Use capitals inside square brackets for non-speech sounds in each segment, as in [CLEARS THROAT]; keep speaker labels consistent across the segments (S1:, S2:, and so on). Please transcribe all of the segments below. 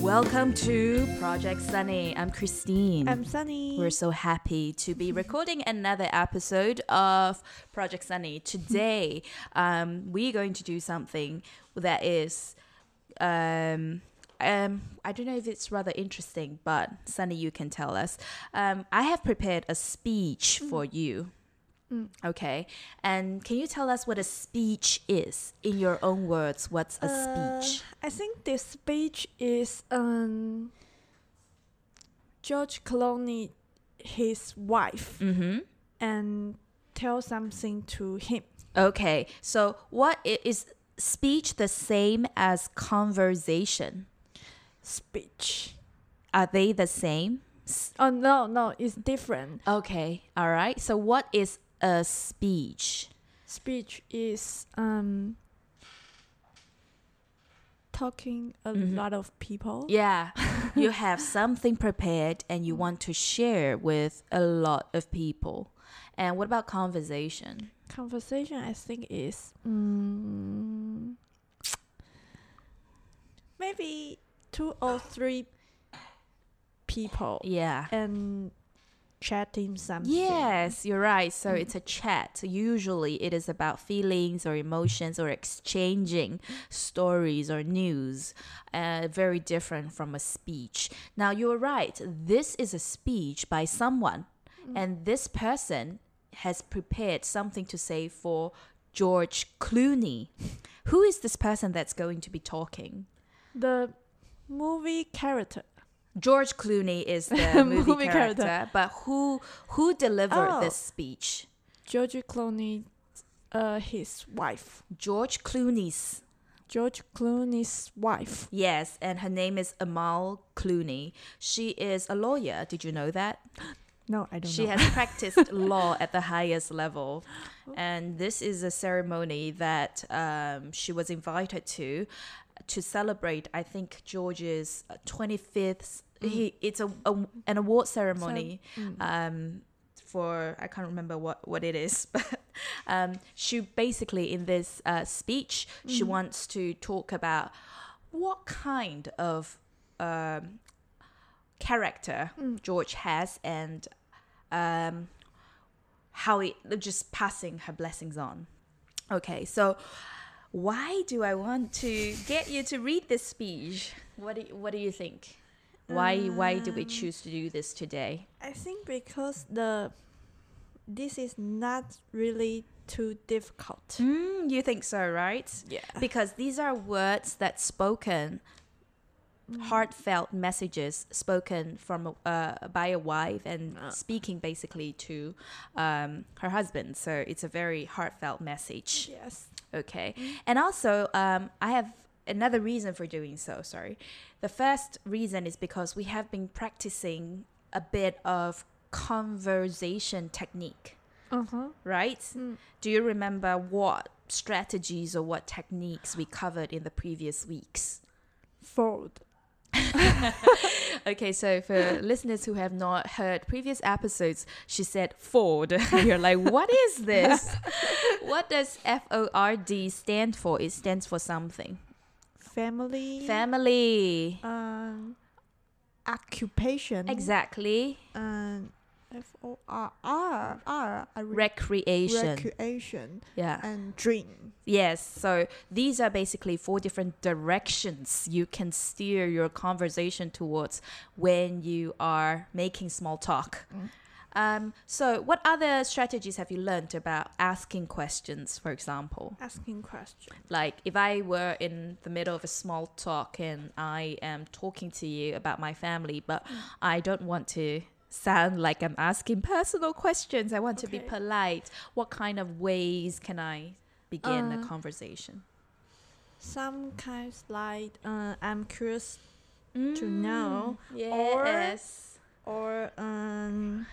S1: Welcome to Project Sunny. I'm Christine.
S2: I'm Sunny.
S1: Mm. We're so happy to be recording another episode of Project Sunny. Today, um, we're going to do something that is, um, um, I don't know if it's rather interesting, but Sunny, you can tell us. Um, I have prepared a speech
S2: Mm.
S1: for you. Okay, and can you tell us what a speech is in your own words? What's a
S2: Uh,
S1: speech?
S2: I think this speech is um George Clooney, his wife,
S1: Mm-hmm.
S2: and tell something to him.
S1: Okay, so what i- is speech the same as conversation?
S2: Speech.
S1: Are they the same? S-
S2: Oh no, no, it's different.
S1: Okay, all right. So what is a speech?
S2: Speech is um talking a lot of people.
S1: Mm-hmm. Yeah, you have something prepared and you want to share with a lot of people. And what about conversation?
S2: Conversation, I think, is mm, maybe two or three people
S1: Yeah.
S2: and chatting something.
S1: Yes, you're right. So
S2: Mm.
S1: it's a chat. So usually it is about feelings or emotions or exchanging stories or news. Uh, very different from a speech. Now you're right. This is a speech by someone,
S2: Mm.
S1: and this person has prepared something to say for George Clooney. Who is this person that's going to be talking?
S2: The movie character.
S1: George Clooney is the movie,
S2: [LAUGHS] Movie
S1: character,
S2: character.
S1: but who who delivered
S2: Oh.
S1: this speech?
S2: George Clooney, uh, his wife.
S1: George Clooney's.
S2: George Clooney's wife.
S1: Yes, and her name is Amal Clooney. She is a lawyer. Did you know that?
S2: No, I don't
S1: She
S2: know.
S1: has
S2: [LAUGHS]
S1: practiced law at the highest level. And this is a ceremony that um, she was invited to to celebrate, I think, George's 25th. He, it's a, a- an award ceremony
S2: Mm.
S1: um, for, I can't remember what, what it is, [LAUGHS] but um, she basically, in this uh, speech, she wants to talk about what kind of um, character George has and um, how it just passing her blessings on. Okay, so why do I want to get you to read this speech? What do you, what do you think? Why why do we choose to do this today?
S2: Um, I think because the this is not really too difficult.
S1: Mm, you think so, right?
S2: Yeah.
S1: Because these are words that spoken, heartfelt messages spoken from uh, by a wife and
S2: Ah.
S1: speaking basically to um, her husband. So it's a very heartfelt message.
S2: Yes.
S1: Okay. And also, um, I have another reason for doing so. Sorry. The first reason is because we have been practicing a bit of conversation technique,
S2: Uh huh.
S1: right? Do you remember what strategies or what techniques we covered in the previous weeks? [LAUGHS]
S2: Fold.
S1: Okay, so for listeners who have not heard previous episodes, she said Ford. You're like, what is this? what does F O R D stand for? It stands for something.
S2: Family.
S1: Family.
S2: um. Occupation.
S1: Exactly.
S2: Um. F O R R R. I re-
S1: Recreation.
S2: recreation
S1: yeah.
S2: and dream.
S1: Yes. So these are basically four different directions you can steer your conversation towards when you are making small talk.
S2: Mm.
S1: Um, so, what other strategies have you learned about asking questions, for example?
S2: Asking question.
S1: Like, if I were in the middle of a small talk and I am talking to you about my family, but
S2: Mm.
S1: I don't want to sound like I'm asking personal questions, I want to be
S2: Okay.
S1: polite. What kind of ways can I begin a
S2: Uh,
S1: conversation?
S2: Some kinds like uh, I'm curious to
S1: Mm.
S2: know, or-
S1: Yes.
S2: or um,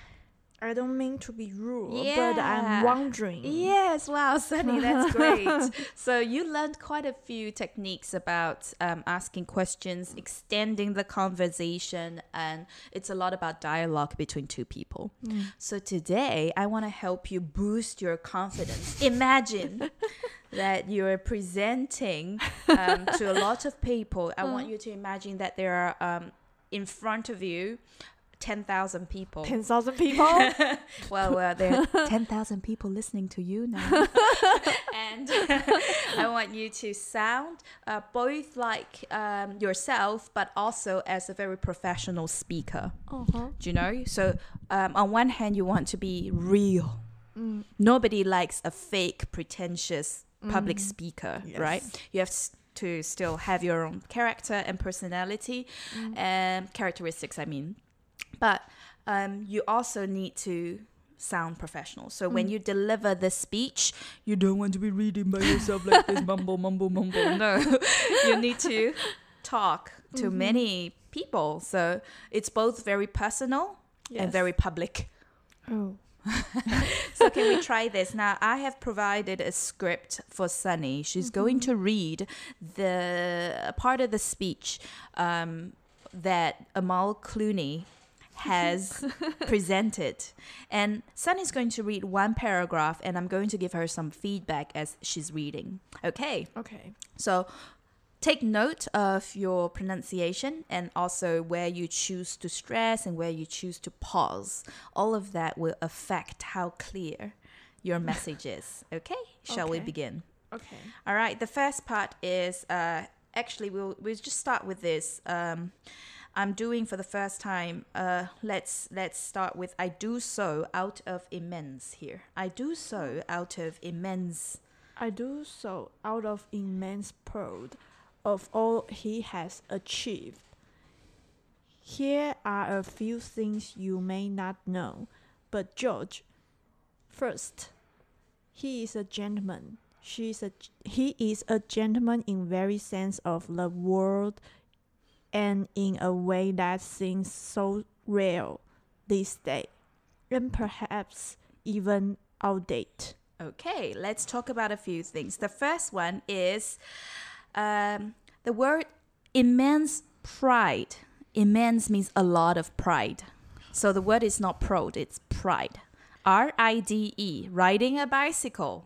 S2: I don't mean to be rude, but
S1: Yeah.
S2: I'm wondering.
S1: Yes, wow, Sunny, that's great. so you learned quite a few techniques about um, asking questions, extending the conversation, and it's a lot about dialogue between two people.
S2: Mm.
S1: So today, I want to help you boost your confidence. Imagine that you're presenting um, to a lot of people. I want you to imagine that there are um, in front of you 10,000 people.
S2: 10,000
S1: [LAUGHS]
S2: people?
S1: well, well, there [LAUGHS] are 10,000 people listening to you now. [LAUGHS] and I want you to sound uh, both like um, yourself, but also as a very professional speaker.
S2: uh-huh.
S1: Do you know? So, um, on one hand, you want to be real.
S2: Mm.
S1: Nobody likes a fake, pretentious public speaker, right? You have s- to still have your own character and personality,
S2: Mm.
S1: and um, characteristics, I mean. But um, you also need to sound professional. So when you deliver the speech, you don't want to be reading by yourself like this mumble, mumble, mumble. No, you need to talk to many people. So it's both very personal and
S2: Yes.
S1: very public.
S2: Oh.
S1: So can we try this? Now I have provided a script for Sunny. She's going to read the a part of the speech um, that Amal Clooney has presented. And Sunny's going to read one paragraph and I'm going to give her some feedback as she's reading. Okay.
S2: Okay.
S1: So take note of your pronunciation and also where you choose to stress and where you choose to pause. All of that will affect how clear your message is. Okay? Shall we
S2: Okay.
S1: begin?
S2: Okay.
S1: All right. The first part is uh, actually we'll we'll just start with this. Um, I'm doing for the first time. Uh, let's let's start with I do so out of immense here. I do so out of immense.
S2: I do so out of immense pride of all he has achieved. Here are a few things you may not know, but judge. First, he is a gentleman. She is a, g- he is a gentleman in very sense of the word and in a way that seems so rare these days and perhaps even outdated.
S1: Okay, let's talk about a few things. The first one is um, the word immense pride. Immense means a lot of pride. So the word is not prod, it's pride. R I D E, riding a bicycle.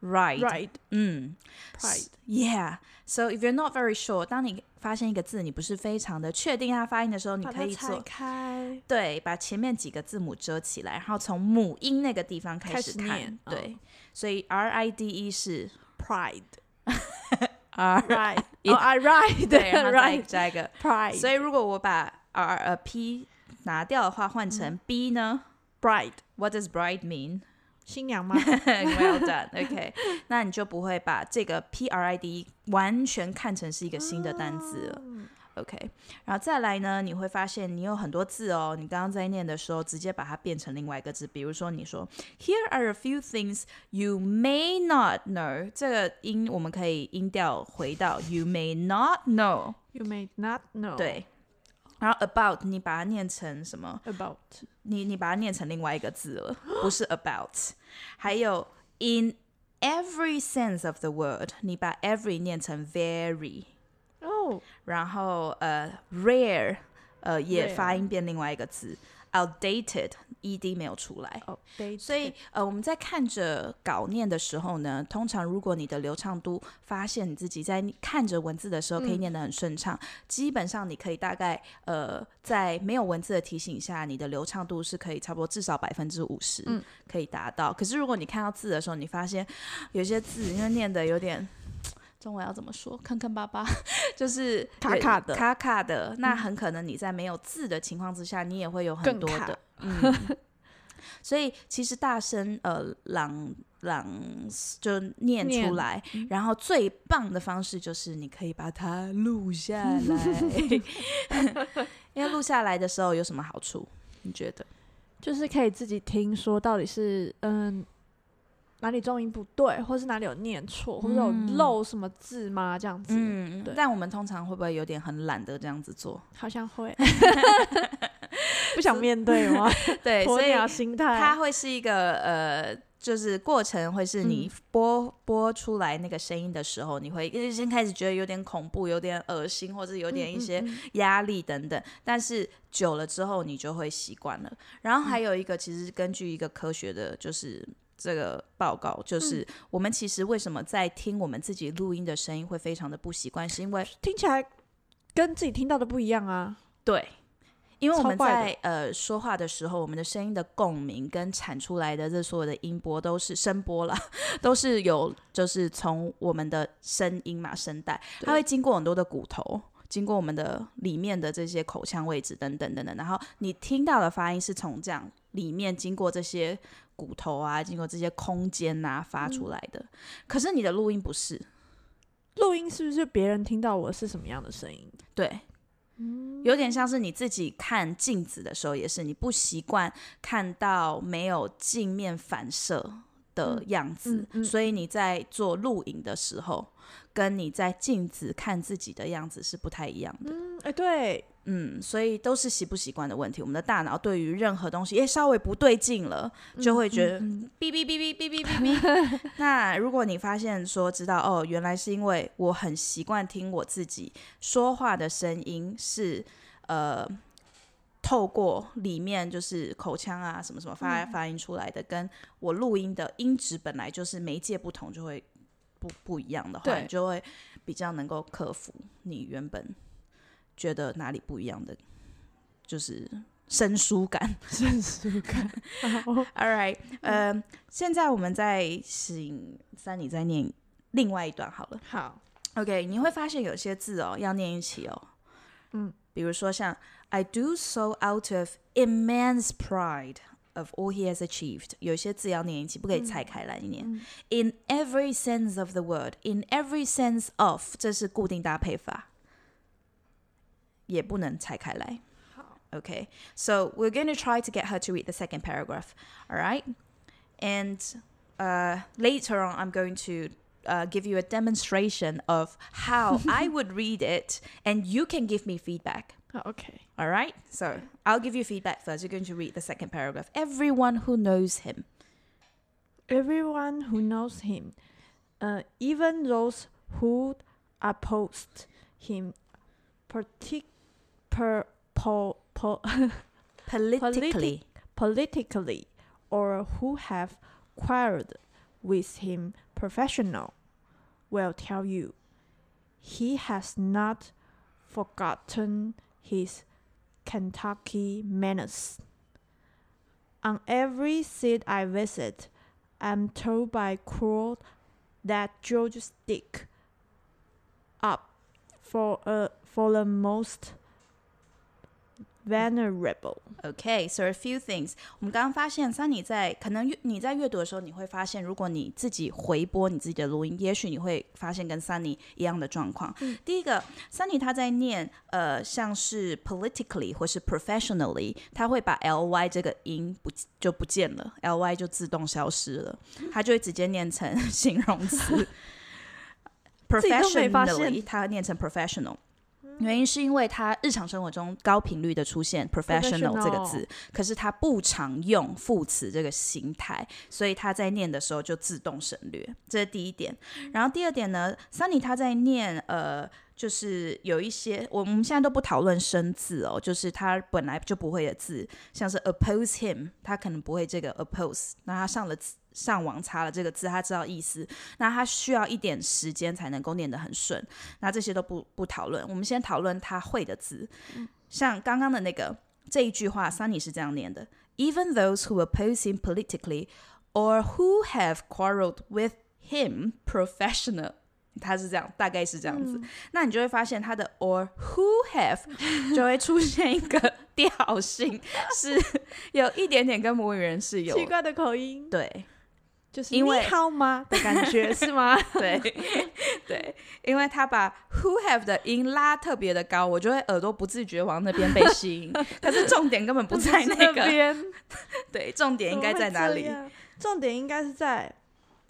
S1: Ride.
S2: Right.
S1: Mm.
S2: Pride.
S1: Yeah. So if you're not very sure，当你发现一个字，你不是非常的确定它发音的时候，你
S2: 把
S1: 可
S2: 它
S1: 以
S2: 拆
S1: 做
S2: 开。
S1: 对，把前面几个字母遮起来，然后从母音那个地方开
S2: 开
S1: 始
S2: 始
S1: 看。嗯
S2: 念哦
S1: 对，所以 R I D E 是 [LAUGHS]
S2: Pride,
S1: R，
S2: [LAUGHS] right?
S1: It- [LAUGHS]
S2: oh, I right,
S1: 对，然后再 [LAUGHS]
S2: right.
S1: 加一个。
S2: Pride,
S1: E 所以如果我把 R 呃 P 拿掉的话，换成 B 呢 [LAUGHS]
S2: bride,
S1: ？What does bride mean? [LAUGHS]
S2: 新娘 [LAUGHS] 吗？
S1: well [LAUGHS] done. OK，那你就不会把这个 P R I D E 完全看成是一个新的单词了。OK，然后再来呢，你会发现你有很多字哦，你刚刚在念的时候直接把它变成另外一个字，比如说你说 Here are a few things you may not know，这个音我们可以音调回到 You may not know，、
S2: [LAUGHS] You may not know
S1: 对。然后 about 你把它念成什么？
S2: about
S1: [LAUGHS] 你你把它念成另外一个字了，不是 about。还有 in every sense of the word，你把 every 念成 very，
S2: [LAUGHS] oh
S1: 然后呃 rare，呃也
S2: Rare
S1: 发音变另外一个字，outdated ed 没有出来。
S2: oh they
S1: 所以，呃，我们在看着稿念的时候呢，通常如果你的流畅度发现你自己在看着文字的时候可
S2: 嗯
S1: 以念得很顺畅，基本上你可以大概呃，在没有文字的提醒下，你的流畅度是可以差不多至少百分之五十
S2: 嗯
S1: 可以达到。可是如果你看到字的时候，你发现有些字因为念的有点。中文要怎么说？坑坑巴巴， [LAUGHS] 就是
S2: 卡卡的嗯
S1: 卡卡的。那很可能你在没有字的情况之下，你也会有很
S2: 更
S1: 多
S2: 卡
S1: 的，嗯，所以其实大声呃朗朗就念
S2: 念
S1: 出来，然后最棒的方式就是你可以把它录下来， [LAUGHS] 因为录下来的时候有什么好处？你觉得？
S2: 就是可以自己听说到底是嗯哪里重音不对，或是哪里有念错，或者有
S1: 嗯
S2: 漏什么字吗？这样子，
S1: 嗯
S2: 对，
S1: 但我们通常会不会有点很懒得这样子做？ [LAUGHS]
S2: 好像会不想面对吗？ [LAUGHS]
S1: 对，
S2: 鸵
S1: 所以
S2: 鸟心
S1: 它
S2: 态，
S1: 会是一个呃，就是过程会是你播、播出来那个声音的时候，你会先开始觉得有点恐怖、有点恶心，或者
S2: 嗯
S1: 有点一些压力等等。但是久了之后，你就会习惯了。然后还有一个，其实根据一个科学的，就是这个报告，就是我们其实为什么在听我们自己录音的声音会非常的不习惯，是因为
S2: 听起来跟自己听到的不一样啊。
S1: 对，因为我
S2: 超
S1: 们
S2: 怪的
S1: 在呃说话的时候，我们的声音的共鸣跟产出来的这所有的音波都是声波啦， [LAUGHS] 都是有就是从我们的声音嘛声带，
S2: 对
S1: 它会经过很多的骨头。经过我们的里面的这些口腔位置等等等等，然后你听到的发音是从这样里面经过这些骨头啊，经过这些空间呐、
S2: 嗯
S1: 发出来的。可是你的录音不是，
S2: 录音是不是别人听到我是什么样的声音？
S1: 对，
S2: 嗯
S1: 有点像是你自己看镜子的时候，也是你不习惯看到没有镜面反射的样子，
S2: 嗯嗯嗯
S1: 所以你在做录影的时候，跟你在镜子看自己的样子是不太一样的。
S2: 嗯，哎，对，
S1: 嗯，所以都是习不习惯的问题。我们的大脑对于任何东西，诶，稍微不对劲了，就会觉得
S2: 嗯
S1: 哔哔哔哔哔哔
S2: [LAUGHS]
S1: 哔哔。那如果你发现说知道哦，原来是因为我很习惯听我自己说话的声音是呃透过里面就是口腔啊什么什么发发音出来的，跟我录音的音质本来就是媒介不同，就会不不一样的话，
S2: 对
S1: 你就会比较能够克服你原本觉得哪里不一样的，就是生疏感。
S2: 真实感。
S1: All right，呃，现在我们再请三你再念另外一段好了。
S2: 好，
S1: OK，你会发现有些字哦要念一起哦。
S2: 嗯，
S1: 比如说像 I do so out of immense pride of all he has achieved，有些字要念一起，不可以拆开来念。
S2: 嗯
S1: In every sense of the word，in every sense of，这是固定搭配法，也不能拆开来。
S2: 好，
S1: Okay, so we're going to try to get her to read the second paragraph, all right? And uh, later on, I'm going to uh, give you a demonstration of how I would read it, and you can give me feedback.
S2: 好，OK，
S1: All right, so I'll give you feedback first. You're going to read the second paragraph. Everyone who knows him.
S2: Everyone who knows him, uh, even those who opposed him, partic- per, po, po, [LAUGHS]
S1: Politically.
S2: politically, or who have quarreled with him professional, will tell you he has not forgotten his Kentucky manners. On every seat I visit, I'm told by Crow that George stick up for a for the most venerable.
S1: Okay, so a few things. 我们刚刚发现，三你在可能阅你在阅读的时候，你会发现，如果你自己回播你自己的录音，也许你会发现跟三你一样的状况。
S2: 嗯
S1: 第一个，三你他在念呃，像是 politically 或是 professionally，他会把 ly 这个音不就不见了，ly 就自动消失了，他就会直接念成 [LAUGHS] 形容词。
S2: [LAUGHS] 己都没发现
S1: professionally，他念成 professional。原因是因为他日常生活中高频率的出现 professional
S2: professional
S1: 这个字，可是他不常用副词这个形态，所以他在念的时候就自动省略，这是第一点。然后第二点呢，Sunny 他在念呃，就是有一些我我们现在都不讨论生字哦，就是他本来就不会的字，像是 oppose him，他可能不会这个 oppose，那他上了字上网查了这个字，他知道意思，那他需要一点时间才能够念得很顺。那这些都不不讨论，我们先讨论他会的字。
S2: 嗯
S1: 像刚刚的那个这一句话，Sunny 是这样念的：Even those who oppose him politically or who have quarreled with him professional。他是这样，大概是这样
S2: 嗯
S1: 子。那你就会发现他的 or who have 就会出现一个 [LAUGHS] 调性，是有一点点跟母语人是有
S2: 奇怪的口音，
S1: 对。
S2: 就是
S1: 因为
S2: 你好吗的感
S1: [LAUGHS]
S2: 觉是吗？
S1: 对对，因为他把 who have 的音拉特别的高，我就会耳朵不自觉往那边被吸
S2: [LAUGHS]
S1: 引。可是重点根本不在
S2: 是
S1: 那个，
S2: 边，
S1: 对，重点应该在哪里
S2: 怎么会这？样？重点应该是在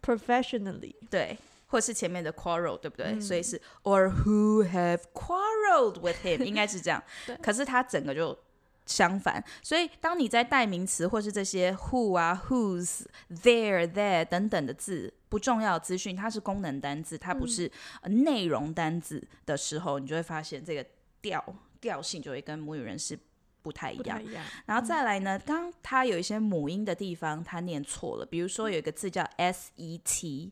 S2: professionally。
S1: 对，或是前面的 quarrel，对不对？
S2: 嗯
S1: 所以是 or who have quarreled with him，应该是这样
S2: [LAUGHS] 对。
S1: 可是它整个就相反，所以当你在代名词或是这些 who 啊、whose、there、there 等等的字。不重要的资讯，它是功能单字，它不
S2: 嗯
S1: 是呃内容单字的时候，你就会发现这个调调性就会跟母语人是不太一
S2: 不
S1: 样
S2: 太。一样。
S1: 然后再来呢，刚它有一些母音的地方，它念错了。比如说有一个字叫 s e t，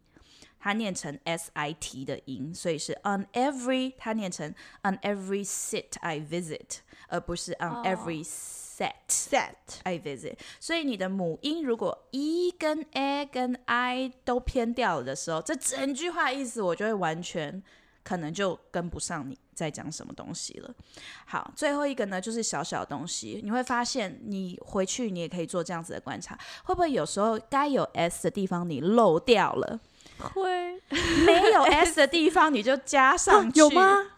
S1: 它念成 s i t 的音，所以是 on every，它念成 on every sit I visit，而不是
S2: 哦
S1: on every set
S2: Set
S1: I visit。所以你的母音如果 e 跟 a 跟 i 都偏掉了的时候，这整句话意思我就会完全可能就跟不上你在讲什么东西了。好，最后一个呢，就是小小的东西，你会发现，你回去你也可以做这样子的观察，会不会有时候该有 s 的地方你漏掉了，
S2: 会
S1: 没
S2: [LAUGHS]
S1: 有 s 的地方你就加上去？
S2: 啊有吗？？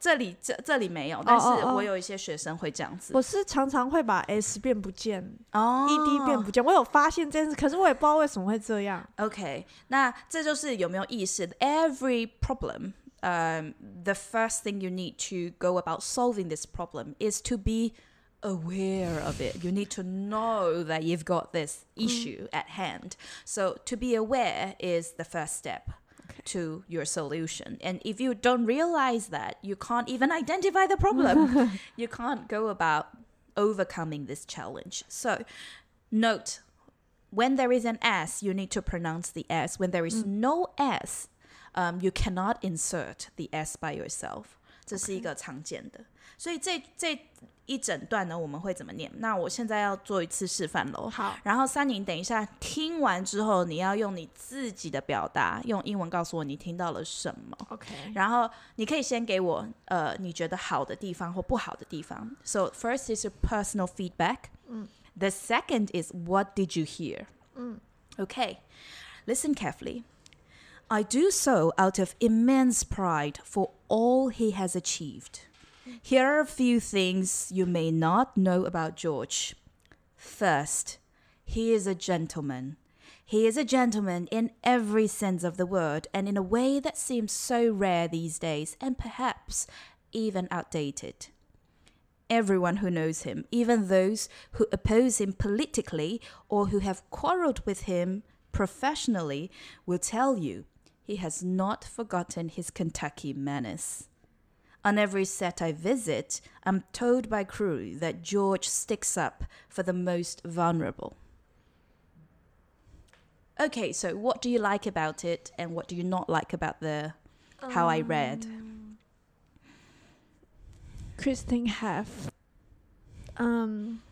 S1: 这里这这里没有，但是
S2: 哦哦
S1: 我有一些学生会这样子，
S2: 我是常常会把 s 变不见、
S1: 哦
S2: e d 变不见，我有发现这件事，可是我也不知道为什么会这样。
S1: OK，那这就是有没有意识？Every problem, um, the first thing you need to go about solving this problem is to be aware of it. You need to know that you've got this issue at hand. So to be aware is the first step. To your solution. And if you don't realize that, you can't even identify the problem. you can't go about overcoming this challenge. So, note when there is an S, you need to pronounce the S. When there is no S, um, you cannot insert the S by yourself. 这是一个常见的。所以这这一整段呢，我们会怎么念？那我现在要做一次示范喽。
S2: 好
S1: 然后三宁，等一下听完之后，你要用你自己的表达，用英文告诉我你听到了什么。
S2: ，OK，
S1: 然后你可以先给我呃你觉得好的地方或不好的地方。So first is your personal feedback. The second is what did you hear? Okay, listen carefully. I do so out of immense pride for all he has achieved. Here are a few things you may not know about George. First, he is a gentleman. He is a gentleman in every sense of the word and in a way that seems so rare these days and perhaps even outdated. Everyone who knows him, even those who oppose him politically or who have quarreled with him professionally, will tell you he has not forgotten his Kentucky manners. On every set I visit, I'm told by crew that George sticks up for the most vulnerable. Okay, so what do you like about it and what do you not like about the [LAUGHS] how I read?
S2: Christine have um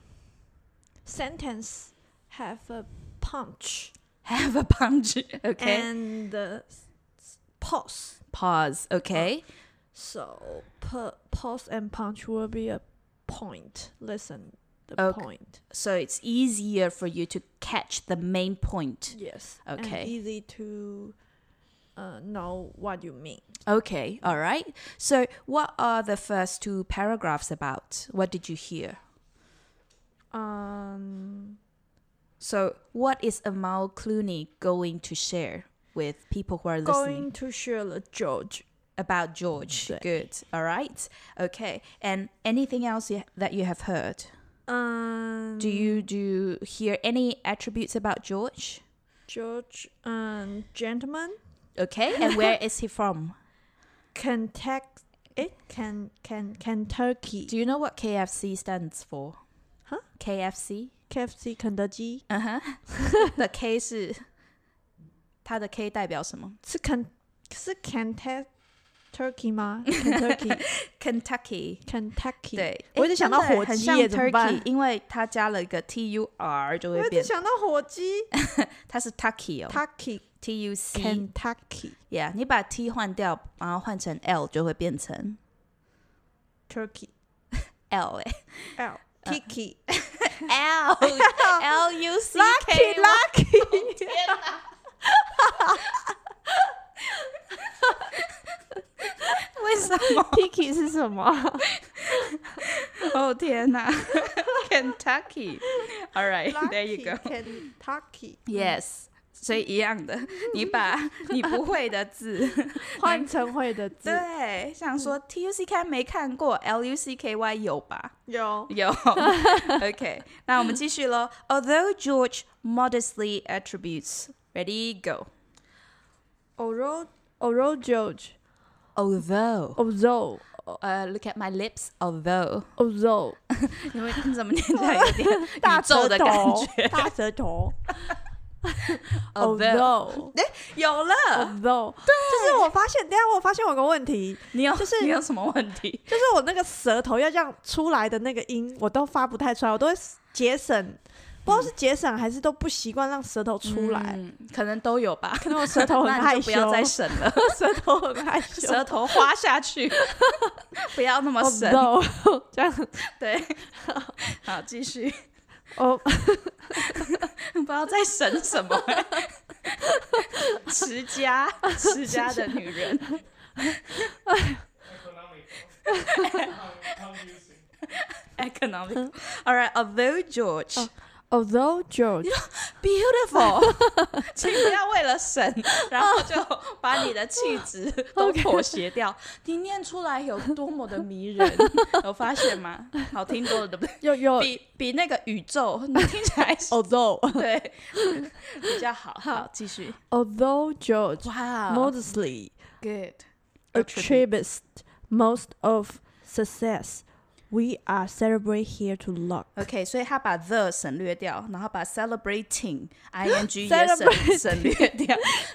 S2: sentence have a punch
S1: Have a punch. Okay.
S2: and uh, s- pause.
S1: Pause, okay?
S2: So pu- pause and punch will be a point. Listen, the
S1: Okay.
S2: point.
S1: So it's easier for you to catch the main point.
S2: Yes.
S1: Okay.
S2: And easy to uh, know what you mean.
S1: Okay, all right. So what are the first two paragraphs about? What did you hear?
S2: Um.
S1: So, what is Amal Clooney going to share with people who are listening
S2: Going to share the George.
S1: about George?
S2: 对。
S1: Good. All right. Okay. And anything else you, that you have heard?
S2: Um.
S1: Do you do you hear any attributes about George?
S2: George um gentleman
S1: Okay. And
S2: [LAUGHS]
S1: where is he from?
S2: can text it can can eh, Kentucky
S1: Do you know what KFC stands for?
S2: Huh? [LAUGHS]
S1: KFC.
S2: KFC 肯德基
S1: 嗯哼，的 K 是它的 K 代表什么
S2: 是 Ken 是 Kentucky 吗？Kentucky
S1: [LAUGHS] ？Kentucky。
S2: Kentucky
S1: 对，
S2: 我
S1: 诶
S2: 一直想
S1: 真
S2: 到
S1: 的
S2: 火
S1: 很
S2: 鸡
S1: 像
S2: 耶怎么办
S1: turkey，因为它加了一个 T U R 就
S2: 我
S1: 会
S2: 一直
S1: 变，
S2: 想到火 [LAUGHS] 鸡
S1: 它是 Tucky 哦
S2: Tucky
S1: ，T U C。
S2: [LAUGHS] Kentucky
S1: Yeah，你把 T 换掉，然后换成 L 就会变成
S2: Turkey
S1: L 哎
S2: L [LAUGHS] Tiki
S1: [LAUGHS] ，L L U C K
S2: Lucky
S1: Y。
S2: Lucky
S1: [LAUGHS] 为什 [LAUGHS] 么？
S2: [LAUGHS] Tiki 是什么？
S1: 哦天哪 [LAUGHS] ，Kentucky。All right，there you go。
S2: Lucky [LAUGHS] Kentucky
S1: Yes，所以一样 [LAUGHS] 的，你把你不会的字，
S2: 换成会的
S1: [LAUGHS]
S2: 字
S1: 对，想说 T U C K 没看过，L U C K Y 有吧？
S2: 有
S1: [LAUGHS] 有，OK，那我们继续喽。Although George modestly attributes, ready go.
S2: Oral Oral George
S1: Although,
S2: although
S1: 呃，look at my lips, although，
S2: although
S1: 因为怎么念起来有点 [LAUGHS]
S2: 大
S1: 宇宙
S2: 舌
S1: 的
S2: 头
S1: 感觉，
S2: 大舌头
S1: 哦 [LAUGHS] although
S2: [LAUGHS] ，although
S1: Oh, 有了，
S2: although，对，就是我发现，等一下我发现我有个问题，
S1: 你有
S2: 就是
S1: 你有什么问题？
S2: 就是我那个舌头要这样出来的那个音，我都发不太出来，我都会节省，不知道是节省还是都不习惯让舌头出来，
S1: 嗯，可能都有吧。
S2: 可能我舌头很
S1: 那
S2: 害
S1: 你就
S2: 羞
S1: 不，要再省了， [LAUGHS]
S2: 舌头很害羞
S1: 舌头花下 [LAUGHS] 去，不要那么省。
S2: ，although 这样，
S1: 对，好，继续， [LAUGHS]
S2: 哦，
S1: 不知道在省什么、 [LAUGHS] 持家，持家的女 [LAUGHS] 人。Economic. All right, although George,
S2: Although George,
S1: beautiful，请 [LAUGHS] 不要为了 [LAUGHS] 省，然后就把你的气质都
S2: OK
S1: 妥协掉。你念出来有多么的迷 [LAUGHS] 人，有发现吗？好听多了，对不对？
S2: 又又
S1: 比比那个宇 [LAUGHS] 宙，你听起来是
S2: although
S1: 对 [LAUGHS] 比较哦好。好，继续。
S2: although George
S1: 哇
S2: modestly
S1: good
S2: attributes most of success, we are celebrate here to luck.
S1: OK，所以他把 the 省略掉，然后把 celebrating ing [LAUGHS] 也省省略 [LAUGHS] 掉，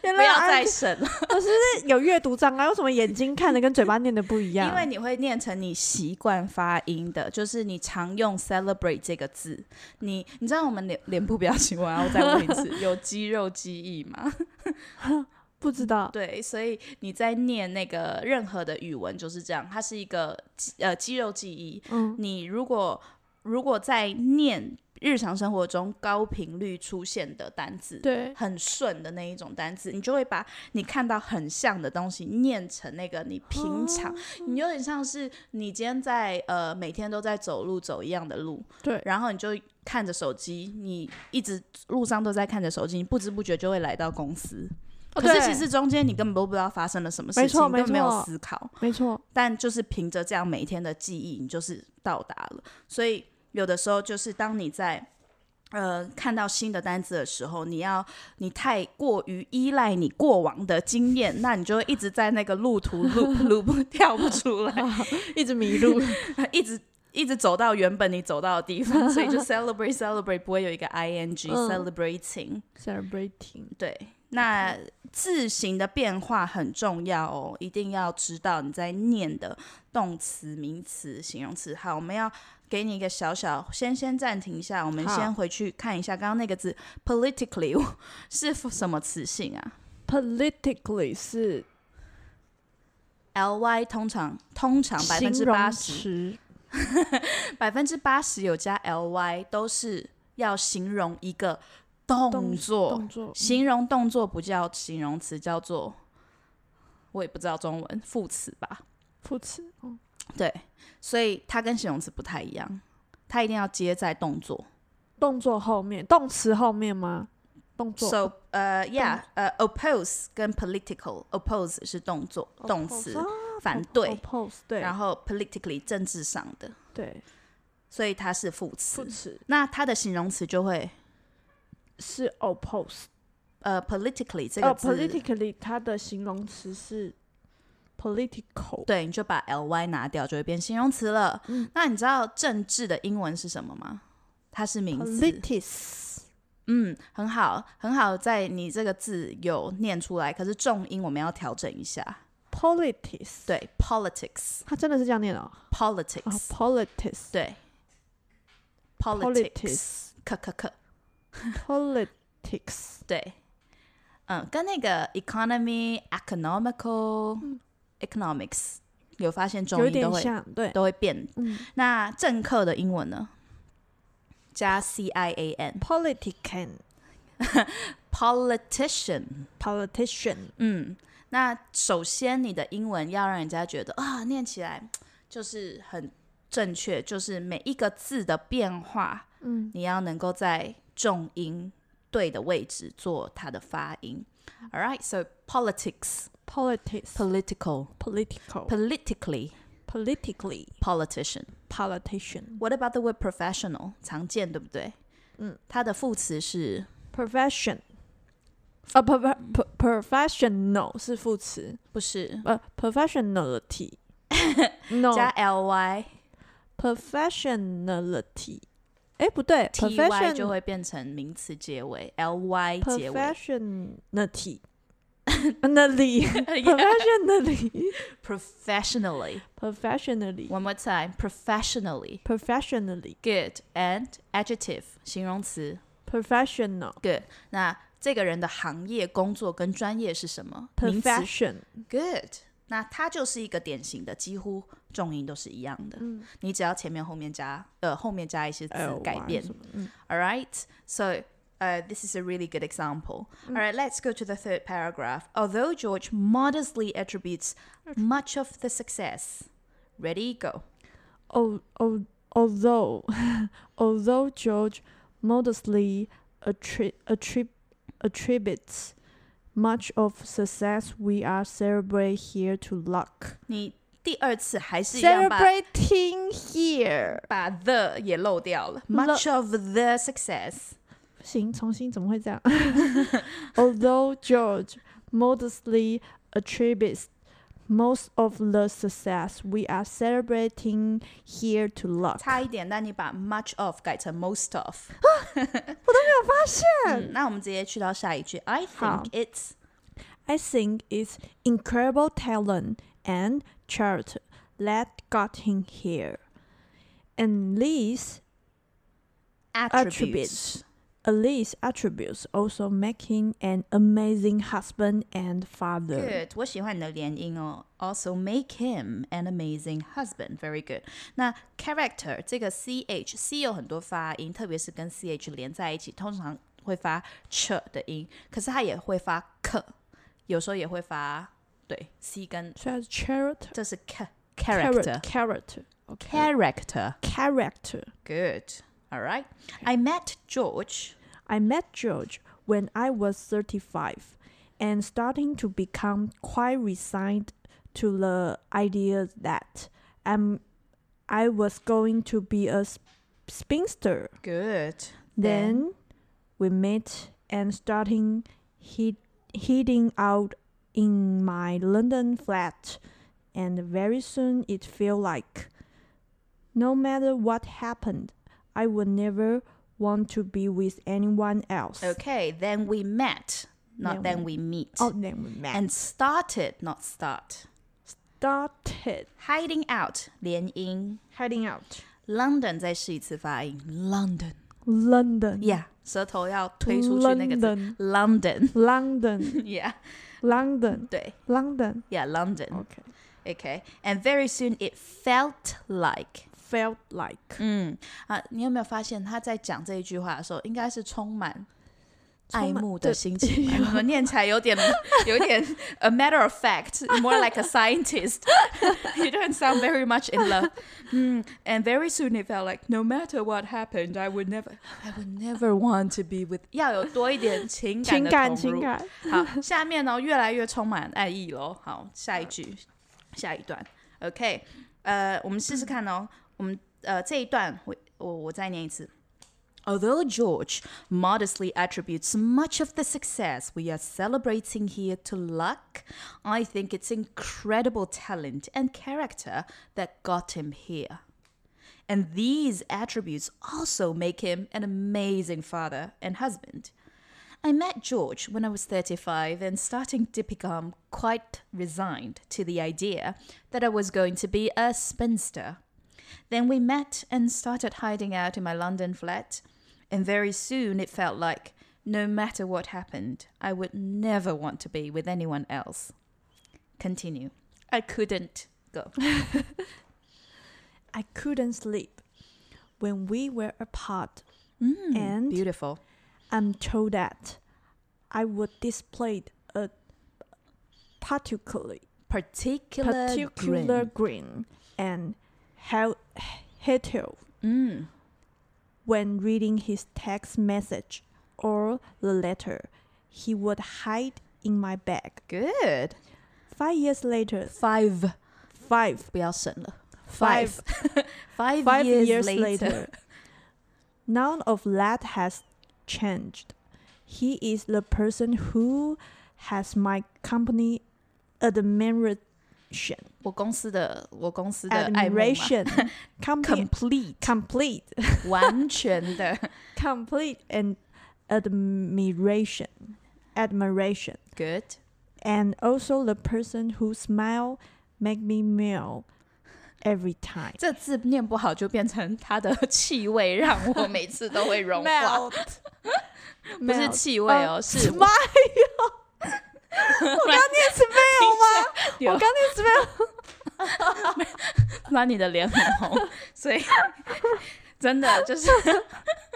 S2: 原
S1: 不要再
S2: 来
S1: 省了，
S2: 是有阅读障碍，为什么眼睛看的跟嘴巴念的不一样？
S1: 因为你会念成你习惯发音的，就是你常用 celebrate 这个字。你你知道我们脸脸部表情，我要再问一次，有肌肉记忆吗？ [LAUGHS]
S2: 不知道
S1: 对，所以你在念那个任何的语文就是这样，它是一个肌呃肌肉记忆。
S2: 嗯，
S1: 你如果如果在念日常生活中高频率出现的单字，
S2: 嗯对，
S1: 很顺的那一种单词，你就会把你看到很像的东西念成那个你平
S2: 哦
S1: 常，你有点像是你今天在呃每天都在走路走一样的路，
S2: 对
S1: 然后你就看着手机，你一直路上都在看着手机，你不知不觉就会来到公司。
S2: 哦
S1: 可是
S2: 对
S1: 其实中间你根本都不知道发生了什么事
S2: 没
S1: 情，
S2: 错
S1: 你根本没
S2: 没
S1: 有
S2: 错
S1: 思考，
S2: 没错，
S1: 但就是凭着这样每天的记忆，你就是到达了。所以有的时候就是当你在呃看到新的单词的时候，你要你太过于依赖你过往的经验，那你就会一直在那个路途 loop loop 跳不出来，
S2: [LAUGHS] [LAUGHS] 一直迷路。
S1: 一直。一直走到原本你走到的地方，所以就 celebrate celebrate 不会有一个 ing
S2: 嗯
S1: celebrating。
S2: [LAUGHS] Celebrating，
S1: 对，那字形的变化很重要哦，一定要知道你在念的动词、名词、形容词。好，我们要给你一个小小，先先暂停一下，我们
S2: 好
S1: 先回去看一下刚刚那个字 politically [LAUGHS] 我是什么词性啊
S2: [LAUGHS] politically 是
S1: ？L Y 通常通常百分之
S2: 形
S1: 八
S2: 容
S1: 十，
S2: 词，
S1: 百分之八十有加 L Y 都是要形容一个动
S2: 动
S1: 作，
S2: 动作
S1: 形容动作不叫形容词，叫做我也不知道中文副词吧？
S2: 副词，嗯
S1: 对，所以它跟形容词不太一样，它一定要接在动作。
S2: 动作后面，动词后面吗？动作
S1: So 呃、yeah 呃、oppose 跟 political oppose 是动作动词反对，
S2: 啊哦，oppose 对，
S1: 然后 politically 政治上的，
S2: 对
S1: 所以它是副词
S2: 副。词
S1: 那它的形容词就会
S2: 是 oppose，
S1: 呃 politically 这个
S2: 呃
S1: 字。
S2: ，politically 它的形容词是 political，
S1: 对，你就把 L Y 拿掉，就会变形容词了。
S2: 嗯
S1: 那你知道政治的英文是什么吗？它是名词。
S2: politics，
S1: 嗯，很好，很好，在你这个字有念出来，可是重音我们要调整一下。
S2: politics，，
S1: 对，politics，politics，、
S2: 它真的是这样念的哦啊
S1: politics，
S2: ，politics，
S1: 对，politics，可可可，
S2: politics，
S1: 对，嗯，跟那个 economy、economical、economics 有发现重
S2: 嗯有一
S1: 音都
S2: 点
S1: 会
S2: 像，对，
S1: 都会变。
S2: 嗯
S1: 那政客的英文呢？加 c i a n
S2: ，politician。
S1: politician。
S2: politician，
S1: 嗯，那首先你的英文要让人家觉得啊，念起来就是很正确，就是每一个字的变化，
S2: 嗯，
S1: 你要能够在重音对的位置做它的发音。All right, so politics,
S2: politics,
S1: political,
S2: political,
S1: politically,
S2: politically,
S1: politician.
S2: politician,
S1: What about the word professional？常见对不对？
S2: 嗯，
S1: 它的副词是
S2: profession，呃，prof professional 是副词，
S1: 不是
S2: [LAUGHS] 呃，professionality no
S1: 加 L Y
S2: professionality，哎，不对
S1: T Y 就
S2: ，profession
S1: 会变成名词结尾，L Y 结 [LAUGHS] 尾
S2: professionality。那 [LAUGHS] 里，professionally，
S1: ，professionally。
S2: professionally，
S1: One more time, professionally.
S2: professionally，
S1: Good and adjective 形容词
S2: professional，
S1: good。那这个人的行业、工作跟专业是什么？名词
S2: profession，
S1: good。那它就是一个典型的，几乎重音都是一样的。
S2: 嗯
S1: 你只要前面后面加呃后面加一些
S2: ，L
S1: 词改
S2: Y
S1: 变
S2: 什么嗯
S1: All right. So uh, this is a really good example. All right, let's go to the third paragraph. Although George modestly attributes much of the success. Ready, go.
S2: Al- al- although [LAUGHS] although George modestly attri- attri- attributes much of success we are celebrate here to luck.
S1: 你第二次还是一样把
S2: Celebrating here.
S1: 把 the 也漏掉了。Much of the success.
S2: 不行，重新怎么会这样 [LAUGHS] ？Although George modestly attributes most of the success we are celebrating here to luck.
S1: 差一点，但你把 much of 改成 most [LAUGHS] of。嗯，那我们直接去到下一句。I
S2: 好。
S1: think it's
S2: I think it's incredible talent and charity that got him here. And these,
S1: attributes.
S2: uh, these attributes also make him an amazing husband and father.
S1: Good，我喜欢你的连音哦。Also make him an amazing husband. Very good. 那 character 这个 c h c 有很多发音，特别是跟 c h 连在一起，通常会发 ch 的音，可是它也会发 k，有时候也会发对 c 跟
S2: So it's charity,
S1: 这是 k
S2: character,
S1: character
S2: character, okay.
S1: character.
S2: character.
S1: Good. All right. I met George.
S2: I met George when I was 35 and starting to become quite resigned to the idea that I'm, I was going to be a sp- spinster.
S1: Good.
S2: Then we met and starting he- heading out in my London flat and very soon it felt like no matter what happened, I would never want to be with anyone else.
S1: Okay. Then we met. Not
S2: Then
S1: then we meet.
S2: Oh, then we met.
S1: And started, not start.
S2: started
S1: Hiding out 连音
S2: heading out
S1: ，London 再试一次发音，London
S2: London.
S1: yeah，舌头要推出去那个字 London [LAUGHS]
S2: [LAUGHS] London,
S1: yeah，
S2: London,
S1: 对
S2: London.
S1: ，yeah London
S2: Okay.
S1: okay and very soon it felt like
S2: Felt like
S1: 嗯啊，你有没有发现他在讲这一句话的时候，应该是充满
S2: 充满
S1: 爱慕的心情吧？我们念起来有点 [LAUGHS] 有点 a matter of fact，more like a scientist。You [LAUGHS] don't sound very much in love。嗯，and very soon it felt like no matter what happened, I would never, I would never want to be with。要有多一点情感
S2: 情
S1: 的
S2: 感
S1: 投入
S2: 情感
S1: 好，下面呢越来越充满爱意喽。好，下一句，下一段。OK，呃，我们试试看哦。我们呃这一段，我我我再念一次。Although George modestly attributes much of the success we are celebrating here to luck, I think it's incredible talent and character that got him here. And these attributes also make him an amazing father and husband. I met George when I was 35 and starting to become quite resigned to the idea that I was going to be a spinster. Then we met and started hiding out in my London flat, and very soon it felt like no matter what happened, I would never want to be with anyone else. Continue. I couldn't go.
S2: I couldn't sleep when we were apart, and
S1: Beautiful.
S2: I'm told that I would display a particularly
S1: Particular,
S2: particular
S1: grin.
S2: grin and how hateful
S1: Mm.
S2: when reading his text message or the letter he would hide in my bag.
S1: Good.
S2: Five years later,
S1: Five.
S2: five,
S1: 不要省了。
S2: Five.
S1: [LAUGHS] Five
S2: five
S1: years,
S2: years, later.
S1: [LAUGHS]
S2: None of that has changed. He is the person who has my company admired admiration
S1: 我公司的我公司的爱慕嘛 [LAUGHS]
S2: admiration company
S1: complete
S2: complete
S1: 完全的
S2: complete and admiration admiration
S1: good
S2: and also the person who smile make me melt every time
S1: [LAUGHS] 这字念不好就变成它的气味让我每次都会
S2: [LAUGHS]
S1: 融化， [LAUGHS] 不是
S2: melt
S1: 气味哦，
S2: 呃
S1: 是
S2: smile 我刚念 smile 吗？
S1: [LAUGHS] 有
S2: 我刚念 smile
S1: [LAUGHS] 那你的脸很红，所以 [LAUGHS] 真的就是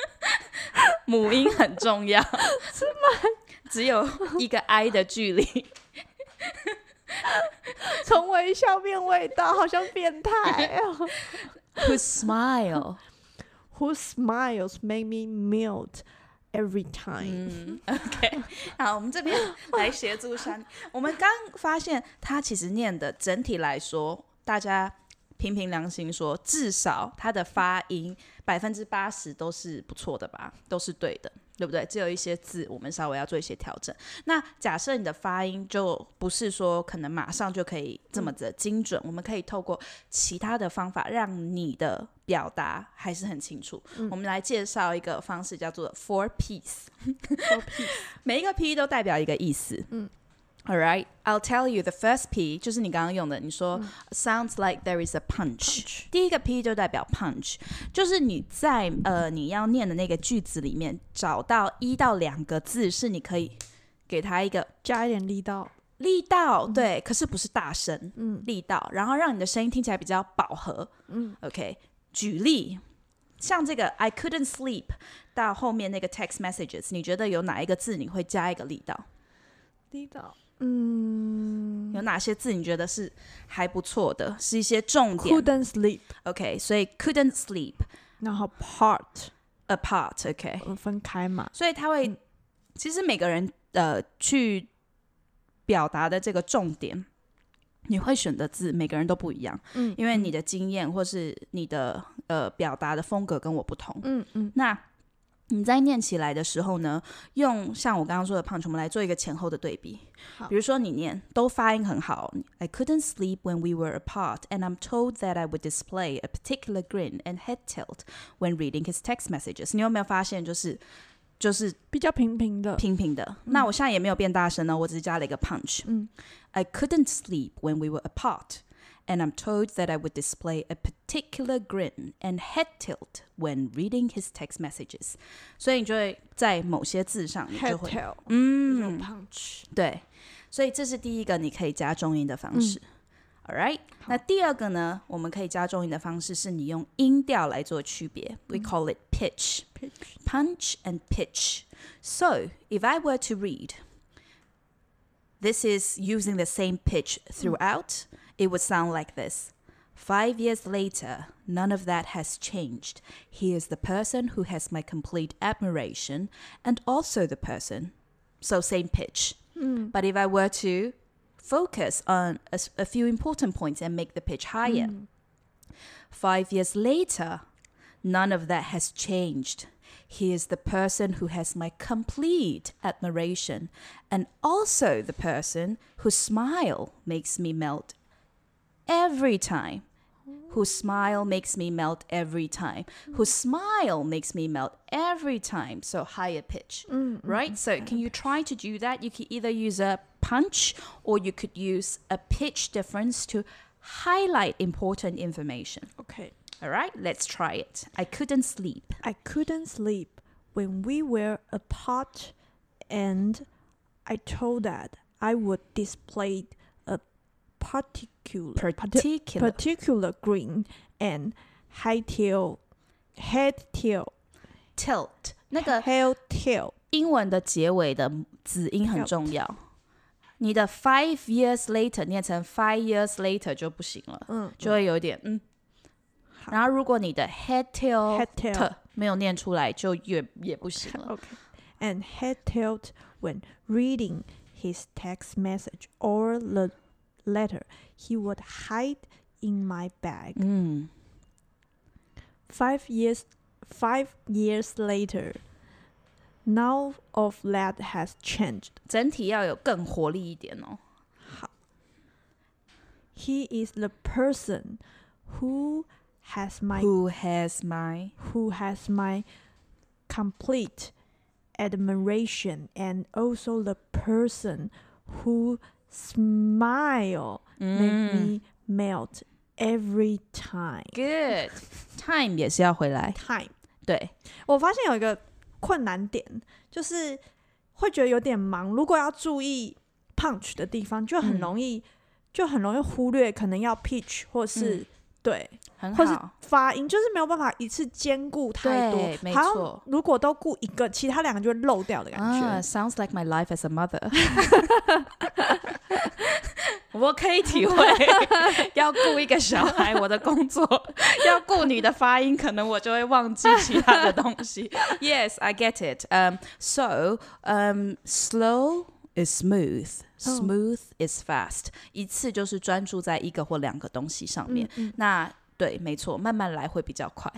S2: [LAUGHS]
S1: 母音很重要，是吗？只有一个 i 的距离，
S2: 从微笑变味道，好像
S1: [LAUGHS]
S2: 变态哦。
S1: who smile，
S2: Who smiles make me melt every time？
S1: 嗯，OK，好，我们这边来协助山。我们刚发现他其实念的整体来说，大家凭凭良心说，至少他的发音百分之八十都是不错的吧，都是对的，对不对？只有一些字我们稍微要做一些调整。那假设你的发音就不是说可能马上就可以这么的精准，我们可以透过其他的方法让你的表达还是很清楚。我们来介绍一个方式，叫做 four piece。每一个 P 都代表一个意思。嗯，All right, I'll tell you the first P 就是你刚刚用的，你说、sounds like there is a punch。第一个 P 就代表 punch，就是你在呃你要念的那个句子里面找到一到两个字是你可以给它一个
S2: 加一点力道，
S1: 力道，对，可是不是大声，
S2: 嗯
S1: 力道，然后让你的声音听起来比较饱和，
S2: 嗯
S1: ，OK。举例，像这个 I couldn't sleep 到后面那个 text messages，你觉得有哪一个字你会加一个力道？
S2: 力道，嗯
S1: 有哪些字你觉得是还不错的，是一些重点
S2: ，couldn't sleep，
S1: ？OK，所以 couldn't sleep
S2: 然后 part
S1: apart，OK，、
S2: 呃分开嘛，
S1: 所以他会，
S2: 嗯
S1: 其实每个人呃去表达的这个重点，你会选的字，每个人都不一样，
S2: 嗯
S1: 因为你的经验或是你的呃表达的风格跟我不同，
S2: 嗯嗯
S1: 那你在念起来的时候呢，用像我刚刚说的 punch，我们来做一个前后的对比
S2: 好。
S1: 比如说你念都发音很好，I couldn't sleep when we were apart, and I'm told that I would display a particular grin and head tilt when reading his text messages。你有没有发现就是就是
S2: 比较平平的，
S1: 平平的？那我现在也没有变大声呢，哦我只是加了一个 punch。
S2: 嗯
S1: I couldn't sleep when we were apart, and I'm told that I would display a particular grin and head tilt when reading his text messages。所以你就会在某些字上，你
S2: ，head
S1: 就会
S2: tail，
S1: 嗯，
S2: punch，
S1: 对。所以这是第一个你可以加重音的方式。All right，那第二个呢，我们可以加重音的方式是你用音调来做区别。We call it pitch。
S2: pitch，
S1: punch and pitch. So, if I were to read, this is using the same pitch throughout, it would sound like this. Five years later, none of that has changed. He is the person who has my complete admiration and also the person. So, same pitch. But if I were to focus on a, s- a few important points and make the pitch higher, five years later, none of that has changed. He is the person who has my complete admiration and also the person whose smile makes me melt every time. Whose smile makes me melt every time. Whose smile makes me melt every time. So higher pitch, right? So can you try to do that? You could either use a punch or you could use a pitch difference to highlight important information.
S2: OK。
S1: All right, let's try it. I couldn't sleep.
S2: I couldn't sleep when we were apart, and I told that I would display a particular parti-
S1: Particular.
S2: particular green and high tail, head tail,
S1: tilt 那个
S2: tail tail.
S1: 英文的结尾的子音很重要。你的 five years later 念成 five years later 就不行了，
S2: 嗯，
S1: 就会有点嗯。
S2: 好
S1: 然后如果你的 head tail
S2: head tail.
S1: 没有念出来，就也也不行了。
S2: Okay. And head tilt when reading his text message or the letter he would hide in my bag.
S1: 嗯，
S2: Five years, five years later, none of that has changed.
S1: 整体要有更活力一点哦。
S2: 好 He is the person who has my
S1: Who has my
S2: who has my complete admiration and also the person who smile make me melt every time
S1: Mm. good time 也是要回来，
S2: time
S1: 对，
S2: 我发现有一个困难点，就是会觉得有点忙。如果要注意 punch 的地方，就很
S1: 嗯
S2: 容易，就很容易忽略可能要 pitch 或是、对
S1: 嗯很
S2: 或是
S1: 好，
S2: 发音，就是没有办法一次兼顾太多
S1: 对，没。
S2: 好像
S1: 错
S2: 如果都顾一个，其他两个就会漏掉的感觉。
S1: 啊，sounds Ah, like my life as a [LAUGHS] mother 。我可以体会， [LAUGHS] 要顾一个小孩，我的工作要顾你的发音，可能我就会忘记其他的东西。Yes, [LAUGHS] I get it. Um, so, um, slow is smooth. Smooth is fast. 一次就是专注在一个或两个东西上面。那对，没错，慢慢来会比较快。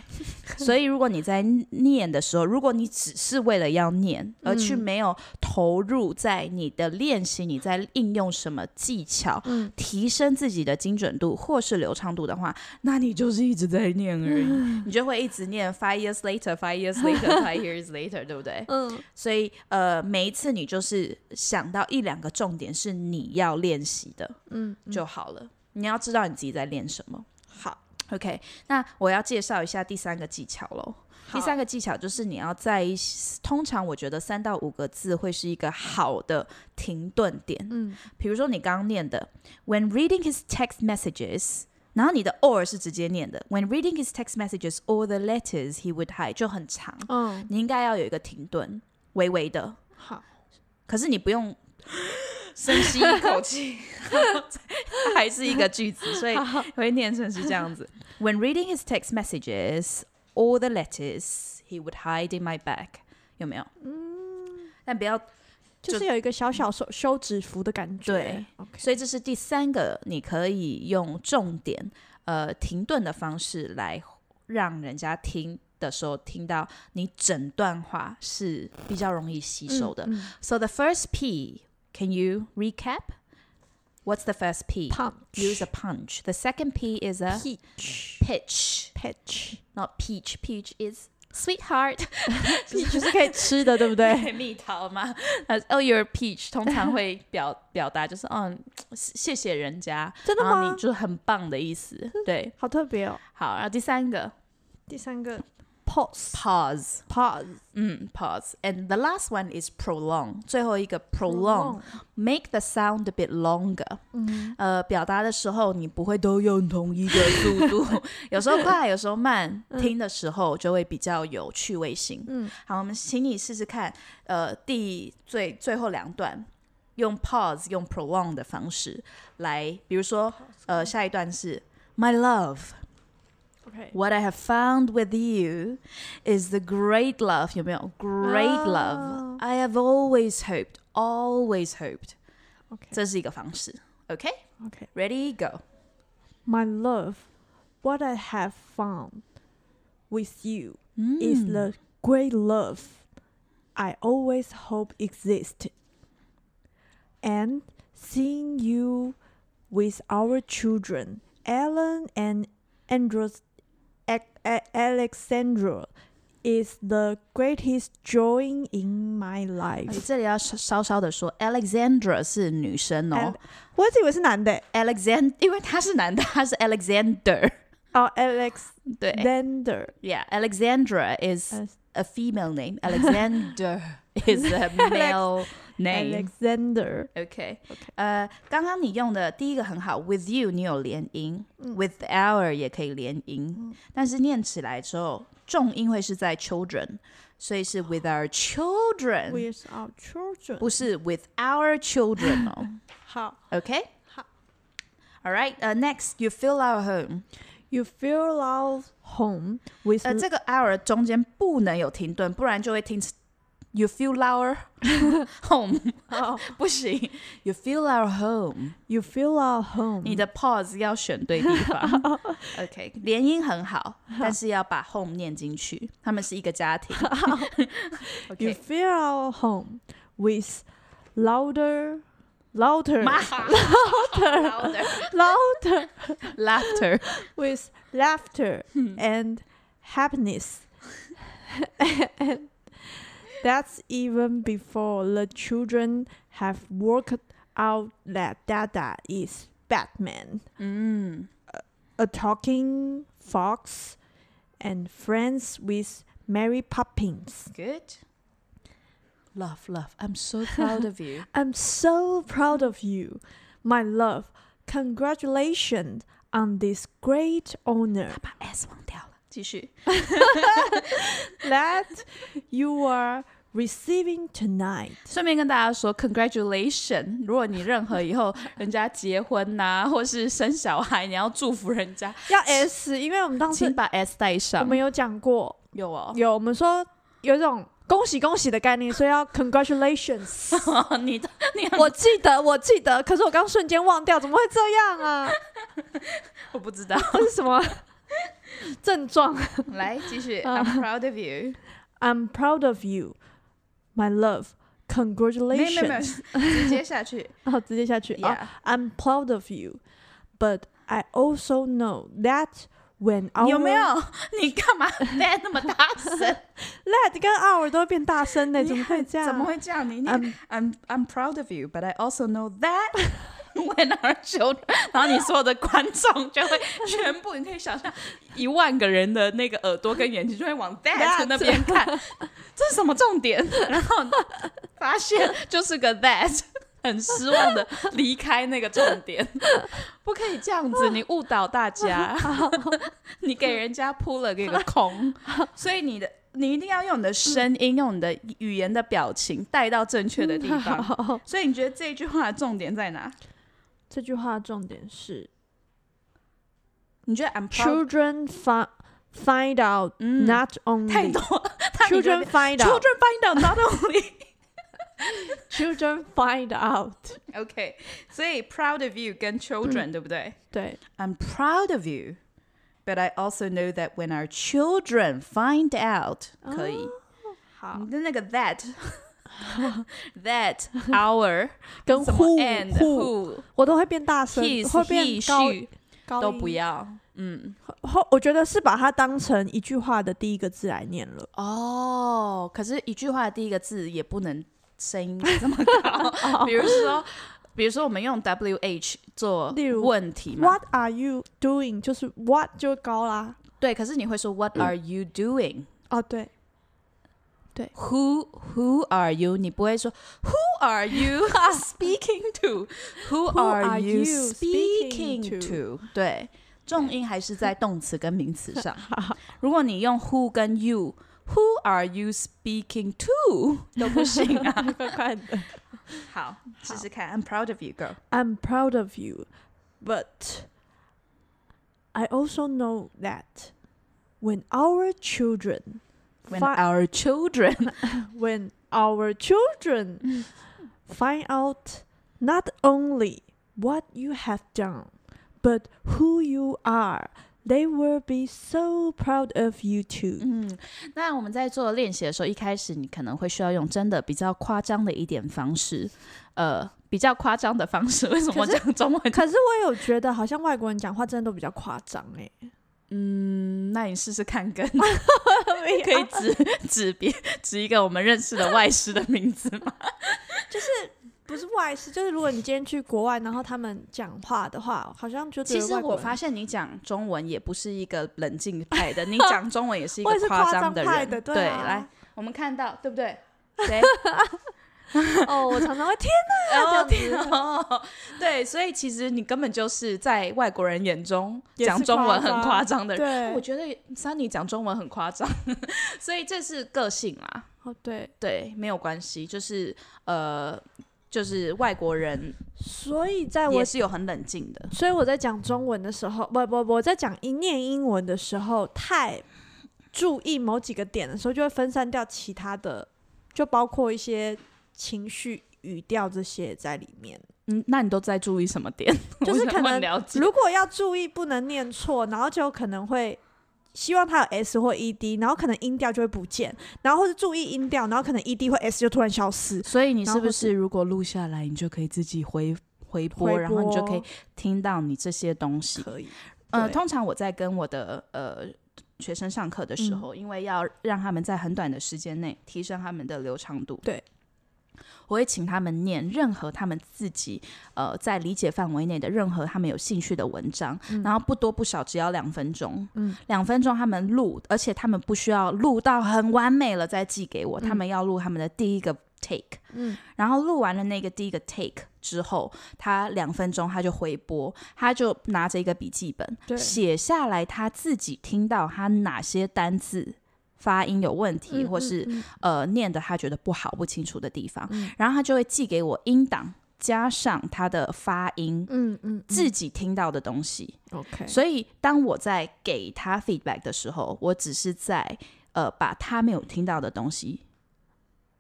S1: 所以如果你在念的时候，如果你只是为了要念，而去没有投入在你的练习，你在应用什么技巧，提升自己的精准度或是流畅度的话，那你就是一直在念而已，你就会一直念 five years later, five years later, [LAUGHS] five years later，对不对？
S2: 嗯，
S1: 所以呃，每一次你就是想到一两个重点是你要练习的，嗯，就好了。你要知道你自己在练什么。
S2: 好，
S1: OK，那我要介绍一下第三个技巧喽。第三
S2: 个
S1: 个技巧就是你要在一些通常我觉得三到五个字会是一个好的停顿点。
S2: 嗯，
S1: 比如说你刚刚念的，When reading his text messages，然后你的 or 是直接念的，When reading his text messages or the letters he would hide 就很长，
S2: 嗯
S1: 你应该要有一个停顿，微微的，
S2: 好，
S1: 可是你不 [LAUGHS] 用深吸一口气， [LAUGHS] 还是一个句子，所以会念成是这样子：When reading his text messages, all the letters he would hide in my bag，有没有？嗯，但不要，
S2: 就是有一个小小手休止符的感觉。
S1: 嗯对
S2: ，OK，
S1: 所以这是第三个，你可以用重点呃停顿的方式来让人家听。的时候听到你整段话是比较容易吸收的，
S2: 嗯
S1: So the first P, can you recap? What's the first P?
S2: punch
S1: Use a punch. The second P is a
S2: peach
S1: pitch,
S2: peach
S1: not peach. Peach is sweetheart.
S2: peach 是可以吃的，对不对？
S1: [LAUGHS] 蜜桃嘛。呃，Oh, you're a peach. 通常会表表达就是嗯，谢谢人家，
S2: [LAUGHS] 真的
S1: 然后
S2: 吗
S1: 你？就是很棒的意思。对，
S2: 好特别哦。
S1: 好，然后第三个
S2: 第三个 pause
S1: pause，
S2: pause
S1: 嗯，pause。And the last one is prolong，最后一个 prolong。make the sound a bit longer，、
S2: 嗯
S1: 呃，表达的时候你不会都用同一个速
S2: [LAUGHS]
S1: 度，有时候快，有时候慢，听的时候就会比较有趣味性。
S2: 嗯，
S1: 好，我们请你试试看，呃，第最最后两段用 pause 用 prolong 的方式来，比如说，呃，下一段是 My love。
S2: OK
S1: What I have found with you is the great love. 有没有 great love?
S2: 哦
S1: I have always hoped, always hoped.
S2: OK
S1: 这是一个方式。OK,
S2: OK
S1: ready go.
S2: my love what I have found with you is
S1: Mm.
S2: the great love I always hope exists and seeing you with our children Alan and Andros A- A- Alexandra is the greatest joy in my
S1: 而且
S2: life
S1: 这里要稍稍的说，Alexandra 是女生哦
S2: Al- 我一直以为是男的欸。
S1: ，Alexand，因为他是男的，他是 Alexander， [LAUGHS]
S2: 哦，Alexander Oh,
S1: 对，Yeah，Alexandra is a female name，Alexander is a male name。
S2: Alexander
S1: OK，呃， [LAUGHS] 刚刚你用的第一个很好，with you 你有连音、w i t h our 也可以连音，但是念起来之后重音会是在 children，所以是 with our children，
S2: with our children
S1: 不是 with our children 哦。
S2: 好
S1: Okay?
S2: 好。
S1: All right. Uh, next, you fill our home.
S2: You fill our home with
S1: 呃，Uh, 这个 hour 中间不能有停顿，不然就会听 you fill our [LAUGHS] home
S2: 哦
S1: [LAUGHS] 不行。You fill our home，、
S2: You fill our home
S1: 你的 pause 要选对地方。OK，连音很好，但是要把 home 念进去。他们是一个家 [LAUGHS] 庭。
S2: You
S1: OK，
S2: fill our home with louder
S1: [LAUGHS]
S2: louder,
S3: louder,
S2: [LAUGHS] louder
S3: laughter.
S2: with laughter and happiness. [LAUGHS] and that's even before the children have worked out that Dada is Batman,
S1: Mm.
S2: a talking fox, and friends with Mary Poppins.
S3: Good. Love, love. I'm so proud of you.
S2: I'm so proud of you, my love. Congratulations on this great honor.
S1: 把 S 忘掉了，继续。
S2: that you are receiving tonight.
S1: 顺便跟大家说，congratulation！如果你任何以后人家结婚呐、 [LAUGHS] 或是生小孩，你要祝福人家，
S2: 要 S，因为我们当
S1: [LAUGHS] 请
S2: 时
S1: 把 S 带
S2: 我
S1: 上。
S2: 们有讲过，
S1: 有哦，
S2: 有我们说有一种恭喜恭喜的概念，所以要 [LAUGHS] congratulations。
S1: [LAUGHS] 你的
S2: 我记得，我记得，可是我刚瞬间忘掉，怎么会这样啊？
S1: 我不知道。
S2: 这是什么症状
S1: [LAUGHS] 来，继 [LAUGHS] 续。
S2: 啊
S1: I'm proud of you。
S2: ？I'm proud of you, my love.
S1: 没有没有没
S2: Congratulations！
S1: 有，直接下 [LAUGHS] 去。
S2: 然后直接下去啊。
S1: Yeah，
S2: I'm proud of you, but I also know that when our
S1: 有没有？ [LAUGHS] 你干嘛带那么大声？
S2: Let 跟 our 都会变大声呢？
S1: 你
S2: 怎么会这样？嗯
S1: 怎么会这样？你你
S2: I'm
S1: I'm I'm proud of you, but I also know that [LAUGHS] when our children，然 [LAUGHS] 后你所有的观众就会全部，你可以想象一万个人的那个耳朵跟眼睛就会
S2: [LAUGHS]
S1: 往 that
S2: That
S1: 那边看，这是什么重点？
S2: [LAUGHS]
S1: 然后发现就是个 that。很失望的 [LAUGHS] 离开那个重点， [LAUGHS] 不可以这样 [LAUGHS] 子，你误导大家， [LAUGHS] 你给人家铺了一个空， [LAUGHS] 所以你的你一定要用你的声音，用你的语言的表情带到正确的地方。
S2: 好
S1: 所以你觉得这句话的重点在哪？
S2: [LAUGHS] 这句话的重点是
S1: 你觉得 I'm proud
S2: children find find out
S1: 嗯
S2: not
S1: 太
S2: only
S1: 多了，太
S2: children find out
S1: children find out not only [LAUGHS]
S2: children find out
S1: OK，所以 proud of you 跟 children 对不对
S2: 对
S1: ？I'm proud of you, but I also know that when our children find out，可
S2: 啊
S1: 以，
S2: 好
S1: 你的那个 that [LAUGHS] that our [LAUGHS]
S2: 跟
S1: 什么
S2: who
S1: and
S2: who
S1: who
S2: 我都会变大声，
S1: his
S2: 会变
S1: he
S2: 高
S1: she
S2: 高
S1: 都
S2: 音
S1: 不。要，嗯。
S2: 后我觉得是把它当成一句话的第一个字来念了。
S1: 哦，可是一句话的第一个字也不能声音这么高， [LAUGHS] 比如说，比如说我们用 W H 做
S2: 例如
S1: 问题嘛，
S2: What are you doing？就是 what 就高啦。
S1: 对，可是你会说 What are you doing？、
S2: 哦，对，
S1: Who Who are you？你不会说 Who are you [LAUGHS] speaking to？Who
S2: are
S1: you
S2: you
S1: speaking
S2: speaking
S1: to？对，重音还是在动词跟名词
S2: [LAUGHS]
S1: 上。如果你用 Who 跟 You，Who are you speaking to 都 [LAUGHS] 不行啊。
S2: [LAUGHS] 怪怪的。
S1: 好，试试看。I'm proud of you, girl.
S2: I'm proud of you, but I also know that when our children
S1: When
S2: fi-
S1: our
S2: [LAUGHS]
S1: children
S2: when our
S1: [LAUGHS]
S2: children find out not only what you have done, but who you are, they will be so proud of you too.
S1: 嗯，那我们在做练习的时候，一开始你可能会需要用真的比较夸张的一点方式，呃，比较夸张的方式。为什么
S2: 可是
S1: 讲中文？
S2: 可是我有觉得，好像外国人讲话真的都比较夸张哎，
S1: 嗯，那你试试看跟， [LAUGHS] 可
S2: 啊
S1: 以指指别指一个我们认识的外师的名字吗？
S2: 就是不是外事，就是如果你今天去国外，然后他们讲话的话，好像就觉
S1: 其
S2: 得
S1: 实
S2: 外国
S1: 我
S2: 人
S1: 发现你讲中文也不是一个冷静派的，你讲中文也是一
S2: 我
S1: 个
S2: 也是
S1: 夸
S2: 夸张
S1: 的
S2: 派
S1: 人。
S2: 的对
S1: 对，
S2: 啊
S1: 来，我们看到对不对？谁？
S2: [LAUGHS] 哦，我
S1: [LAUGHS]
S2: 常常会天
S1: 哦
S2: 哪，这
S1: 天
S2: 样子
S1: 哦，对，所以其实你根本就是在外国人眼中
S2: 也是
S1: 讲中文很夸张的人。我
S2: 对，
S1: 觉得 Sunny 讲中文很夸张， [LAUGHS] 所以这是个性啦。
S2: 哦对，
S1: 对，没有关系，就是呃，就是外国人
S2: 所以在我
S1: 也是有很冷静的。
S2: 所以我在讲中文的时候，不不不，我在讲一念英文的时候，太注意某几个点的时候，就会分散掉其他的，就包括一些情绪、语调这些在里面。
S1: 嗯，那你都在注意什么点？ [LAUGHS]
S2: 就是
S1: 我想
S2: 可能
S1: 问了解。
S2: 如果要注意不能念错，然后就可能会希望它有 s 或 ed，然后可能音调就会不见，然后或是注意音调，然后可能 ed 或 s 就突然消失。
S1: 所以你
S2: 然
S1: 是
S2: 后
S1: 不
S2: 或
S1: 是如果录下来，你就可以自己回回播，
S2: 回
S1: 然后你就
S2: 播
S1: 可以听到你这些东西？
S2: 可以，
S1: 呃，
S2: 对
S1: 通常我在跟我的呃学生上课的时
S2: 嗯
S1: 候，因为要让他们在很短的时间内提升他们的流畅度，
S2: 对，
S1: 我会请他们念任何他们自己呃在理解范围内的任何他们有兴趣的文章，然后不多不少，只要两分钟，
S2: 嗯，
S1: 两分钟他们录，而且他们不需要录到很完美了再寄给我，他们要录他们的第一个 take，
S2: 嗯，
S1: 然后录完了那个第一个 take 之后，他两分钟他就回播，他就拿着一个笔记
S2: 对
S1: 本写下来他自己听到他哪些单字发音有问题，
S2: 嗯
S1: 或
S2: 嗯
S1: 是、
S2: 嗯
S1: 呃念的他觉得不好不清楚的地方，然后他就会寄给我音档加上他的发音。
S2: 嗯嗯，
S1: 自己听到的东西，
S2: OK，
S1: 所以当我在给他 feedback 的时候，我只是在呃把他没有听到的东西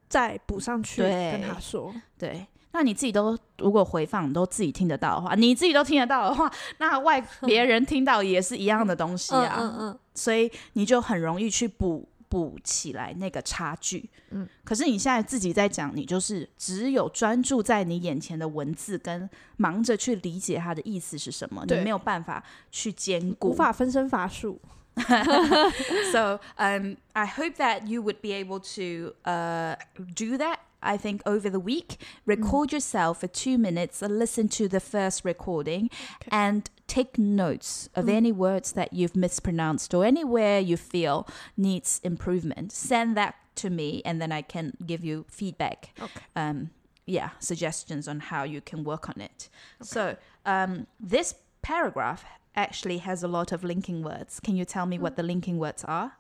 S2: 再补上去
S1: 对
S2: 跟他说，
S1: 对，那你自己都如果回放都自己听得到的话，你自己都听得到的话，那
S2: [LAUGHS]
S1: 外别人听到也是一样的东西啊，
S2: 嗯
S1: 所以你就很容易去补补起来那个差距。
S2: 嗯，
S1: 可是你现在自己在讲，你就是只有专注在你眼前的文字，跟忙着去理解它的意思是什么，你
S2: 对
S1: 没有办法去兼顾
S2: 无。法分身乏术。
S1: [LAUGHS] So um, I hope that you would be able to uh, do that. I think over the week, record yourself for two minutes and listen to the first recording and take notes of any words that you've mispronounced or anywhere you feel needs improvement. Send that to me and then I can give you feedback.
S2: Okay.
S1: Um, yeah, suggestions on how you can work on it. So um, this paragraph actually has a lot of linking words. Can you tell me
S2: Hmm.
S1: what the linking words are?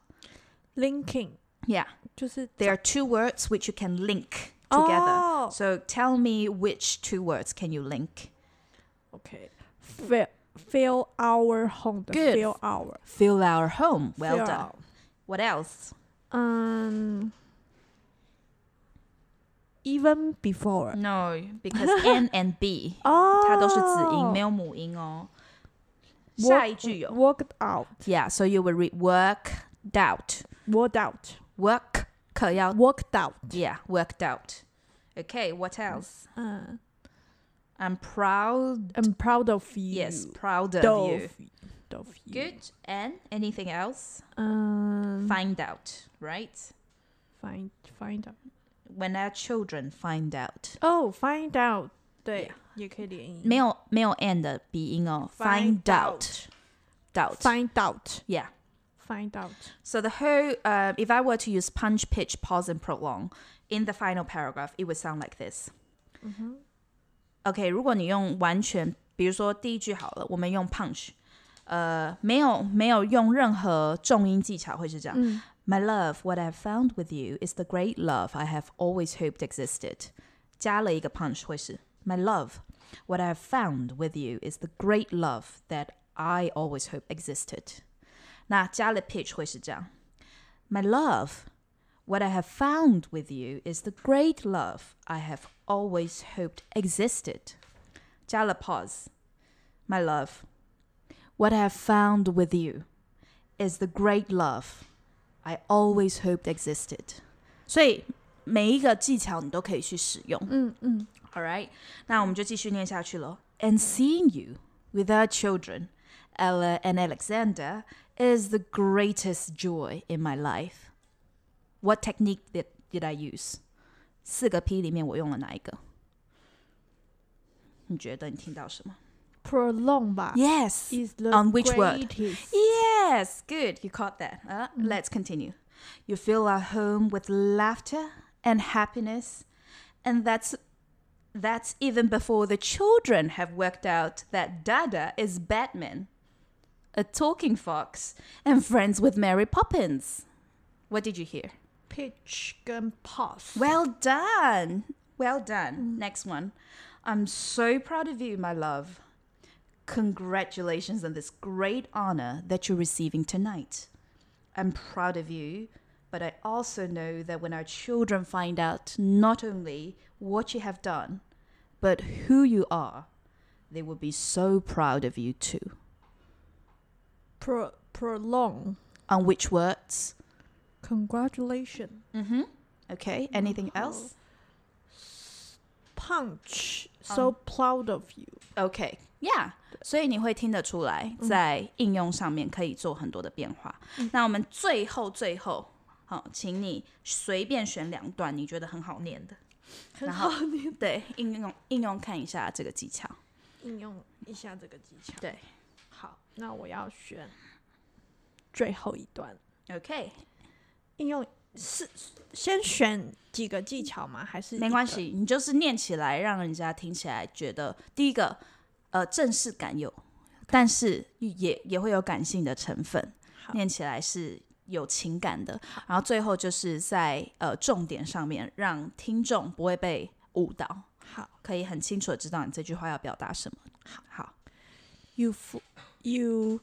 S2: Linking
S1: Yeah,
S2: 就是
S1: there are two words which you can link together.
S2: 哦
S1: So tell me which two words can you link?
S2: ，OK，fill fill our home 的
S1: Good
S2: fill our
S1: Fill our home. Well
S2: fill
S1: done.
S2: our
S1: What else?
S2: 嗯，even before
S1: No, because N and B
S2: [LAUGHS] 哦，Oh.
S1: 它都是子音，没有母音哦。
S2: Work-
S1: 下一句有
S2: worked out
S1: Yeah, so you will read work out,
S2: worked out
S1: work 可要
S2: worked out，
S1: Yeah, worked out. Okay, what else?
S2: 嗯
S1: I'm proud.
S2: ，I'm proud of you。
S1: Yes, proud of you.
S2: Dove Dove you。
S1: Good. And anything else?
S2: 嗯
S1: Find out, right?
S2: ，find find out。
S1: When our children find out.
S2: 哦，find out。对
S1: Yeah，
S2: 也可以连音。
S1: 没有-没有 N 的鼻音哦。
S2: Find
S1: Find out. Doubt.
S2: find out
S1: Yeah.
S2: find out。
S1: So the whole, uh, if I were to use punch, pitch, pause, and prolong in the final paragraph, it would sound like this. OK，如果你用完全，比如说第一句好了，我们用 punch，呃，没有没有用任何重音技巧，会是这样。
S2: 嗯
S1: My love, what I have found with you is the great love I have always hoped existed. 加了一个 punch 会是 My love, what I have found with you is the great love that I always hoped existed. 那加了 pitch 会是这样 My love, what I have found with you is the great love I have always hoped existed. 加了 pause. My love, what I have found with you is the great love I always hoped existed. 所以每一个技巧你都可以去使用。
S2: 嗯嗯
S1: All right，那我们就继续念下去喽。And seeing you with our children, Ella and Alexander, is the greatest joy in my life. What technique did did I use？四个 P 里面我用了哪一个？你觉得你听到什么
S2: ，prolong 吧。
S1: ？Yes,
S2: Is the
S1: On which word?
S2: greatest.
S1: Yes, good. You caught that. Uh, Let's continue. You fill our home with laughter and happiness, and that's that's even before the children have worked out that Dada is Batman, a talking fox, and friends with Mary Poppins. What did you hear?
S2: pitch 跟 pause。
S1: Well done. Well done. Next one. I'm so proud of you, my love. Congratulations on this great honor that you're receiving tonight. I'm proud of you, but I also know that when our children find out not only what you have done, but who you are, they will be so proud of you too.
S2: pro prolong
S4: on which words?
S2: Congratulations.
S4: Mm-hmm. Okay. Anything else?
S2: Punch. So proud of you.
S4: OK，
S1: Yeah，所以你会听得出来，
S2: 嗯
S1: 在应用上面可以做很多的变化。那我们最后最后，好，请你随便选两段你觉得很好念的，
S2: 很
S1: 然后
S2: 好念。
S1: 对，应用应用看一下这个技巧。
S2: 应用一下这个技巧。
S1: 对，
S2: 好，那我要选最后一段。
S1: OK，
S2: 应用是先选几个技巧吗？还是
S1: 没
S2: 一
S1: 关
S2: 个
S1: 系，你就是念起来，让人家听起来觉得，第一个，呃，正式感有，但是也也会有感性的成分，
S2: 好
S1: 念起来是有情感的。然后最后就是在呃重点上面，让听众不会被误导，
S2: 好
S1: 可以很清楚的知道你这句话要表达什么。好，好，
S2: ，you fo- you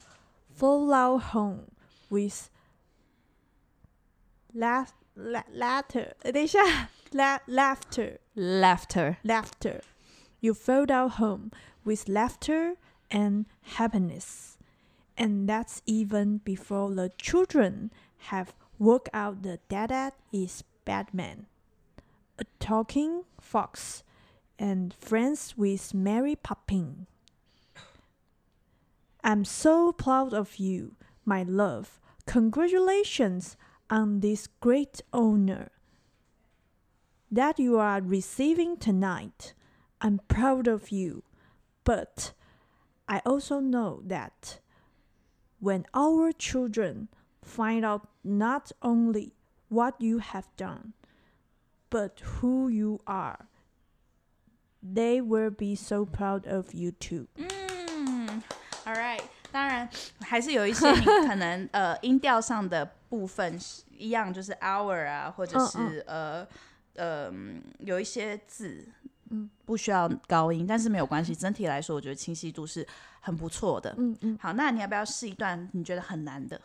S2: follow home with laugh la laughter。呃等一下，la laughter
S1: laughter，
S2: laughter。You follow home with laughter and happiness, and that's even before the children have worked out the dad is Batman, a talking fox, and friends with Mary Poppins. I'm so proud of you, my love. Congratulations on this great honor that you are receiving tonight. I'm proud of you, but I also know that when our children find out not only what you have done, but who you are, they will be so proud of you too.
S1: 嗯，All right，当然 [LAUGHS] 还是有一些你 [LAUGHS] 可能呃音调上的部分是一样，就是 hour 啊，或者
S2: 嗯
S1: 是呃呃嗯有一些字
S2: 嗯
S1: 不需要高音，但是没有关系，整体来说我觉得清晰度是很不错的。
S2: 嗯嗯，
S1: 好，那你要不要试一段你觉得很难的？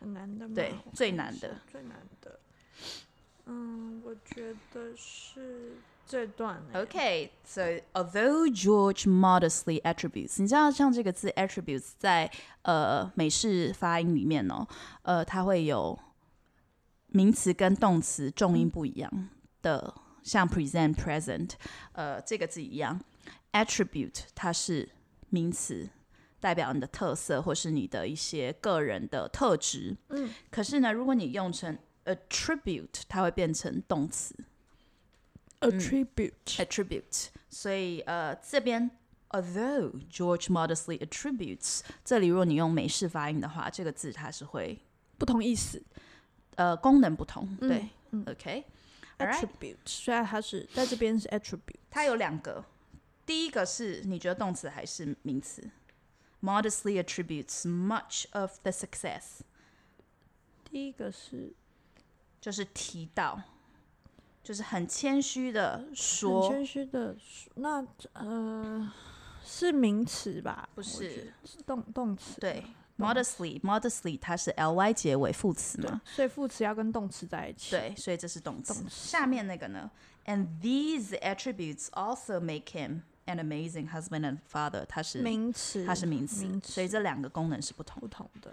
S2: 很难的吗？
S1: 对
S2: 我看
S1: 最
S2: 一
S1: 难
S2: 下
S1: 的，
S2: 最难的。嗯，Uh, 我觉得是这段欸。
S1: Okay, so although George modestly attributes，你知道像这个字 attributes 在呃美式发音里面哦，呃，它会有名词跟动词重音不一样的，像 present、present，呃，这个字一样，attribute 它是名词，代表你的特色或是你的一些个人的特质。
S2: 嗯，
S1: 可是呢，如果你用成 attribute，它会变成动词。
S2: Attribute.
S1: attribute。所以呃，这边 although George modestly attributes，这里如果你用美式发音的话，这个字它是会
S2: 不同意思。
S1: 呃功能不同，
S2: 嗯
S1: 对、
S2: 嗯
S1: o k a l right，
S2: attribute，虽然它是在这边是 attribute，
S1: 它有两个，第一个是你觉得动词还是名词？Modestly attributes much of the success，
S2: 第一个是
S1: 就是提到，就是很谦虚的
S2: 很
S1: 说，
S2: 谦虚的说，那呃是名词吧？
S1: 不
S2: 我
S1: 是
S2: 觉得是动动词，
S1: 对
S2: 动词
S1: ，modestly modestly 它是 ly 结尾副词嘛
S2: 对，，所以副词要跟动词在一起，，
S1: 对，所以这是动词。
S2: 动词
S1: 下面那个呢？And these attributes also make him an amazing husband and father。它是
S2: 名词
S1: 它是名词，
S2: 名
S1: 所以
S2: 词
S1: 这两个功能是不同
S2: 不
S1: 的。
S2: 同的。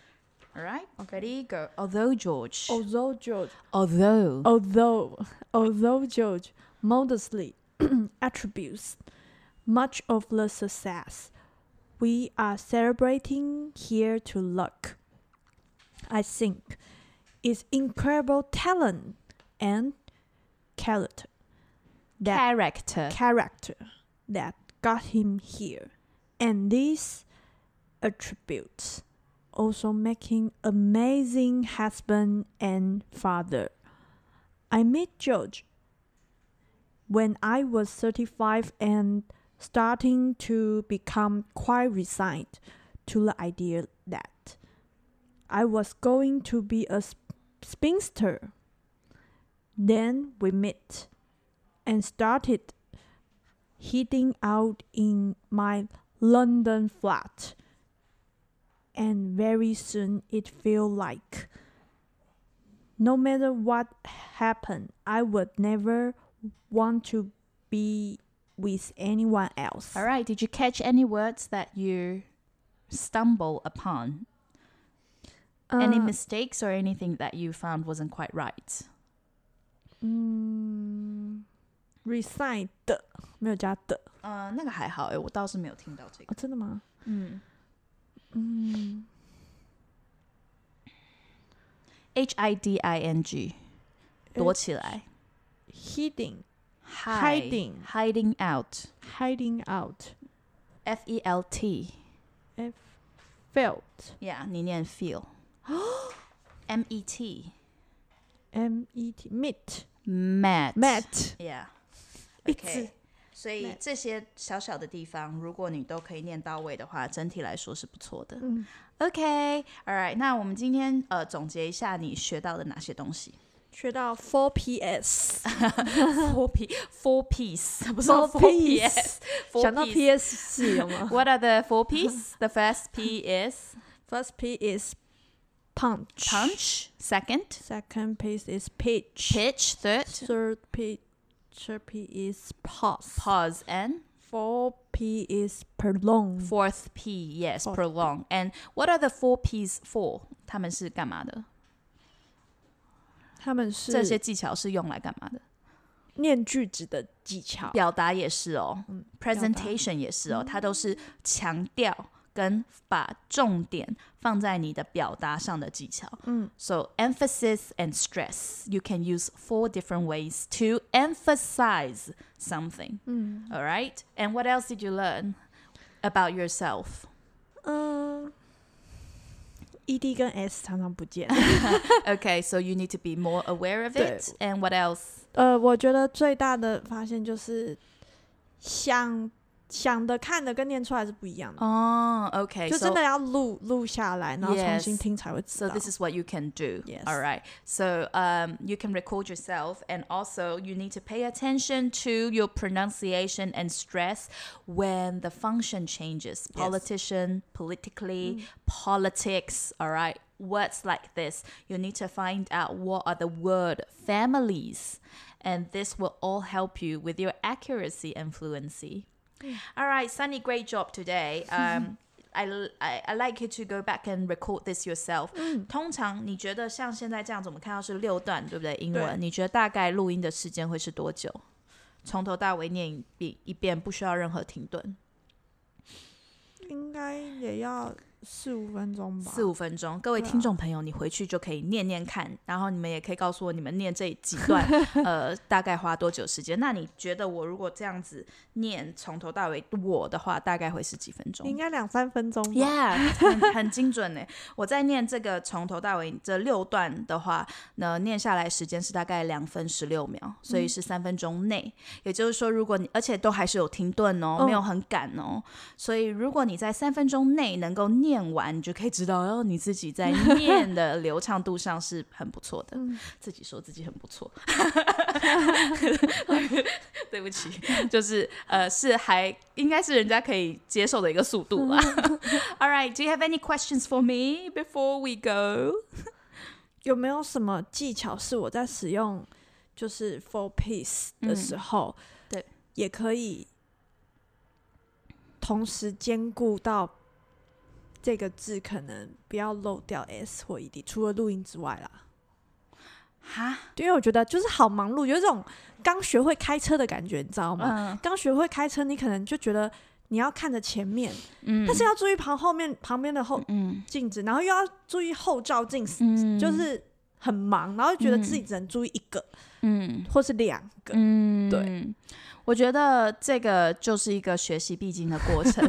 S1: All right, ready go. Although George,
S2: Although George,
S1: Oh, although
S2: although although George modestly [CLEARS THROAT] attributes much of the success we are celebrating here to luck. I think is incredible talent and character that
S1: character
S2: character that got him here, and these attributes also make him amazing husband and father. I met George when I was 35 and starting to become quite resigned to the idea that I was going to be a sp- spinster. Then we met and started heating out in my London flat. And very soon it felt like no matter what happened, I would never want to be with anyone else.
S1: All right, did you catch any words that you stumble upon? Any
S2: Uh,
S1: mistakes or anything that you found wasn't quite right?
S2: 嗯，resign 的 mm, 没有加的
S1: 呃，Uh, 那个还好哎、我倒是没有听到这个。
S2: 哦，真的吗？
S1: 嗯
S2: 嗯
S1: ，H I D I N G，躲起来
S2: ，hiding Hiding
S1: hiding out
S2: hiding out
S1: F E L T。
S2: f felt
S1: Yeah，你念 feel ，M E T
S2: m e t meet
S1: met
S2: met
S1: yeah，
S2: 一
S1: OK
S2: 直
S1: 所以
S2: Met
S1: 这些小小的地方，如果你都可以念到位的话，整体来说是不错的。
S2: 嗯
S1: OK，all right，那我们今天呃总结一下你学到的哪些东西
S2: 学到 four [LAUGHS] ps
S1: ？Four p four piece 不是
S2: Four
S1: four
S2: piece
S1: piece，four
S2: 想到
S1: piece
S2: ps [LAUGHS] 是有吗
S1: What are the four piece? The first P is
S2: ？First p is punch
S1: punch. Second,
S2: Second p is pitch
S1: pitch. Third,
S2: Third p third p is pause
S1: pause. And
S2: Four p is prolong
S1: fourth P, yes,
S2: Fourth P.
S1: prolong. And what are the four P's for? 他们是干嘛的？
S2: 他们是
S1: 这些技巧是用来干嘛的？
S2: 念句子的技巧。
S1: 表达也是哦、
S2: 嗯
S1: p r e s e n t a t i o n 也是哦，它都是强调跟把重点放在你的表达上的技巧。
S2: 嗯
S1: So emphasis and stress, you can use four different ways to emphasize something.
S2: 嗯
S1: All right. And what else did you learn about yourself?
S2: 嗯，E D 跟 S 常常
S1: [LAUGHS]
S2: 不见。
S1: okay, so you need to be more aware of it. And what else?
S2: 呃，我觉得最大的发现就是想想的、看的跟念出来是不一样的，
S1: Oh, okay.
S2: 就
S1: so
S2: 真的要录录下来，然后重新
S1: Yes.
S2: 听才会知
S1: So
S2: 道。
S1: this is what you can do.
S2: Yes.
S1: All right. So um, you can record yourself, and also you need to pay attention to your pronunciation and stress when the function changes. Politician, politically, politics. All right. Words like this, you need to find out what are the word families, and this will all help you with your accuracy and fluency. All right, Sunny, great job today. Um, I, I I like you to go back and record this yourself. 通常你觉得像现在这样子，我们看到是六段，对不对？英
S2: 对
S1: 文，你觉得大概录音的时间会是多久？从头到尾念一遍，一遍不需要任何停顿，
S2: 应该也要四五分钟吧。
S1: 四五分钟。各位
S2: 对啊
S1: 听众朋友，你回去就可以念念看，然后你们也可以告诉我你们念这几段，呃，大概花多久时间？那你觉得我如果这样子念从头到尾我的话，大概会是几分钟？
S2: 应该两三分钟吧。
S1: Yeah，很很精准呢。我在念这个从头到尾这六段的话，那念下来时间是大概两分十六秒，所以是三分钟内。也就是说，如果你而且都还是有停顿哦，
S2: 嗯
S1: 没有很赶哦，所以如果你在三分钟内能够念完，你就可以知道哦，你自己在念的流畅度上是很不错的。
S2: 嗯
S1: [LAUGHS] 自己说自己很不错， [LAUGHS] 对不起，就是呃，是还应该是人家可以接受的一个速度吧。All right, do you have any questions for me before we go?
S2: 有没有什么技巧是我在使用就是 four piece
S1: 嗯
S2: 的时候，
S1: 对，
S2: 也可以同时兼顾到这个字可能不要漏掉 s 或 ed，除了录音之外啦。
S1: 哈，
S2: 对因为我觉得就是好忙碌，有一种刚学会开车的感觉，你知道吗？
S1: 嗯
S2: 刚学会开车，你可能就觉得你要看着前面，
S1: 嗯
S2: 但是要注意旁后面旁边的后
S1: 嗯
S2: 镜子，然后又要注意后照镜，
S1: 嗯
S2: 就是很忙，然后觉得自己只能注意一个、
S1: 嗯
S2: 或是两个。
S1: 嗯
S2: 对。
S1: 我觉得这个就是一个学习必经的过 [LAUGHS] 程。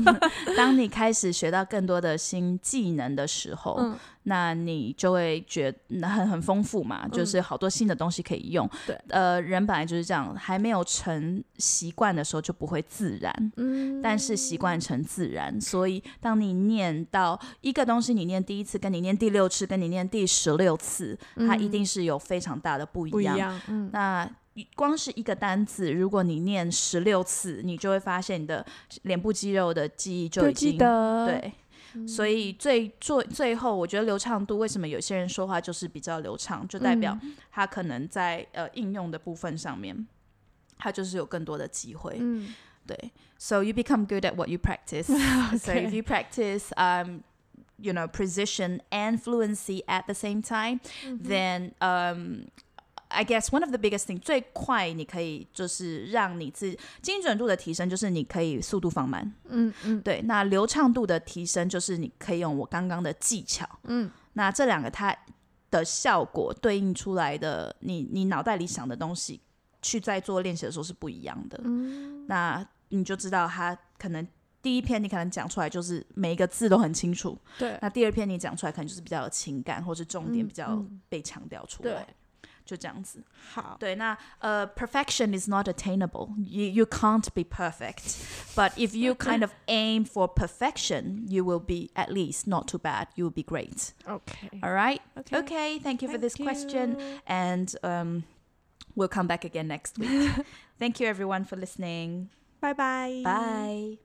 S1: 当你开始学到更多的新技能的时候，
S2: 嗯
S1: 那你就会觉得很很丰富嘛，就是好多新的东西可以用。
S2: 对
S1: 呃，人本来就是这样，还没有成习惯的时候就不会自然。
S2: 嗯
S1: 但是习惯成自然，所以当你念到一个东西，你念第一次，跟你念第六次，跟你念第十六次，它一定是有非常大的不一
S2: 不一
S1: 样。
S2: 样。嗯，
S1: 那光是一个单字，如果你念十六次，你就会发现你的脸部肌肉的记忆就已经
S2: 记得，嗯
S1: 对，所以最最最后，我觉得流畅度为什么有些人说话就是比较流畅，就代表
S2: 嗯
S1: 他可能在、呃应用的部分上面，他就是有更多的机会。
S2: 嗯， [LAUGHS]
S1: 对，so you become good at what you practice. So if you practice, um. you know precision and fluency at the same time,
S2: Mm-hmm.
S1: then um. I guess one of the biggest thing，最快你可以就是让你自精准度的提升，就是你可以速度放慢。
S2: 嗯嗯
S1: 对，那流畅度的提升就是你可以用我刚刚的技巧。
S2: 嗯，
S1: 那这两个它的效果对应出来的，你你脑袋里想的东西，去在做练习的时候是不一样的。
S2: 嗯，
S1: 那你就知道它可能第一篇你可能讲出来就是每一个字都很清楚，
S2: 对
S1: 那第二篇你讲出来可能就是比较有情感，或是重点
S2: 嗯
S1: 比较
S2: 嗯
S1: 被强调出来，
S2: 对，
S1: 就这样子。
S2: 好，
S1: 对，那呃、uh,，perfection is not attainable. You you can't be perfect, [LAUGHS] but if you kind of aim for perfection, you will be at least not too bad. You will be great.
S2: OK，
S1: All right.
S2: OK，
S1: Okay. Thank you for this question, and um, [LAUGHS] we'll come back again next week. thank you everyone for listening.
S2: 拜拜，
S1: Bye.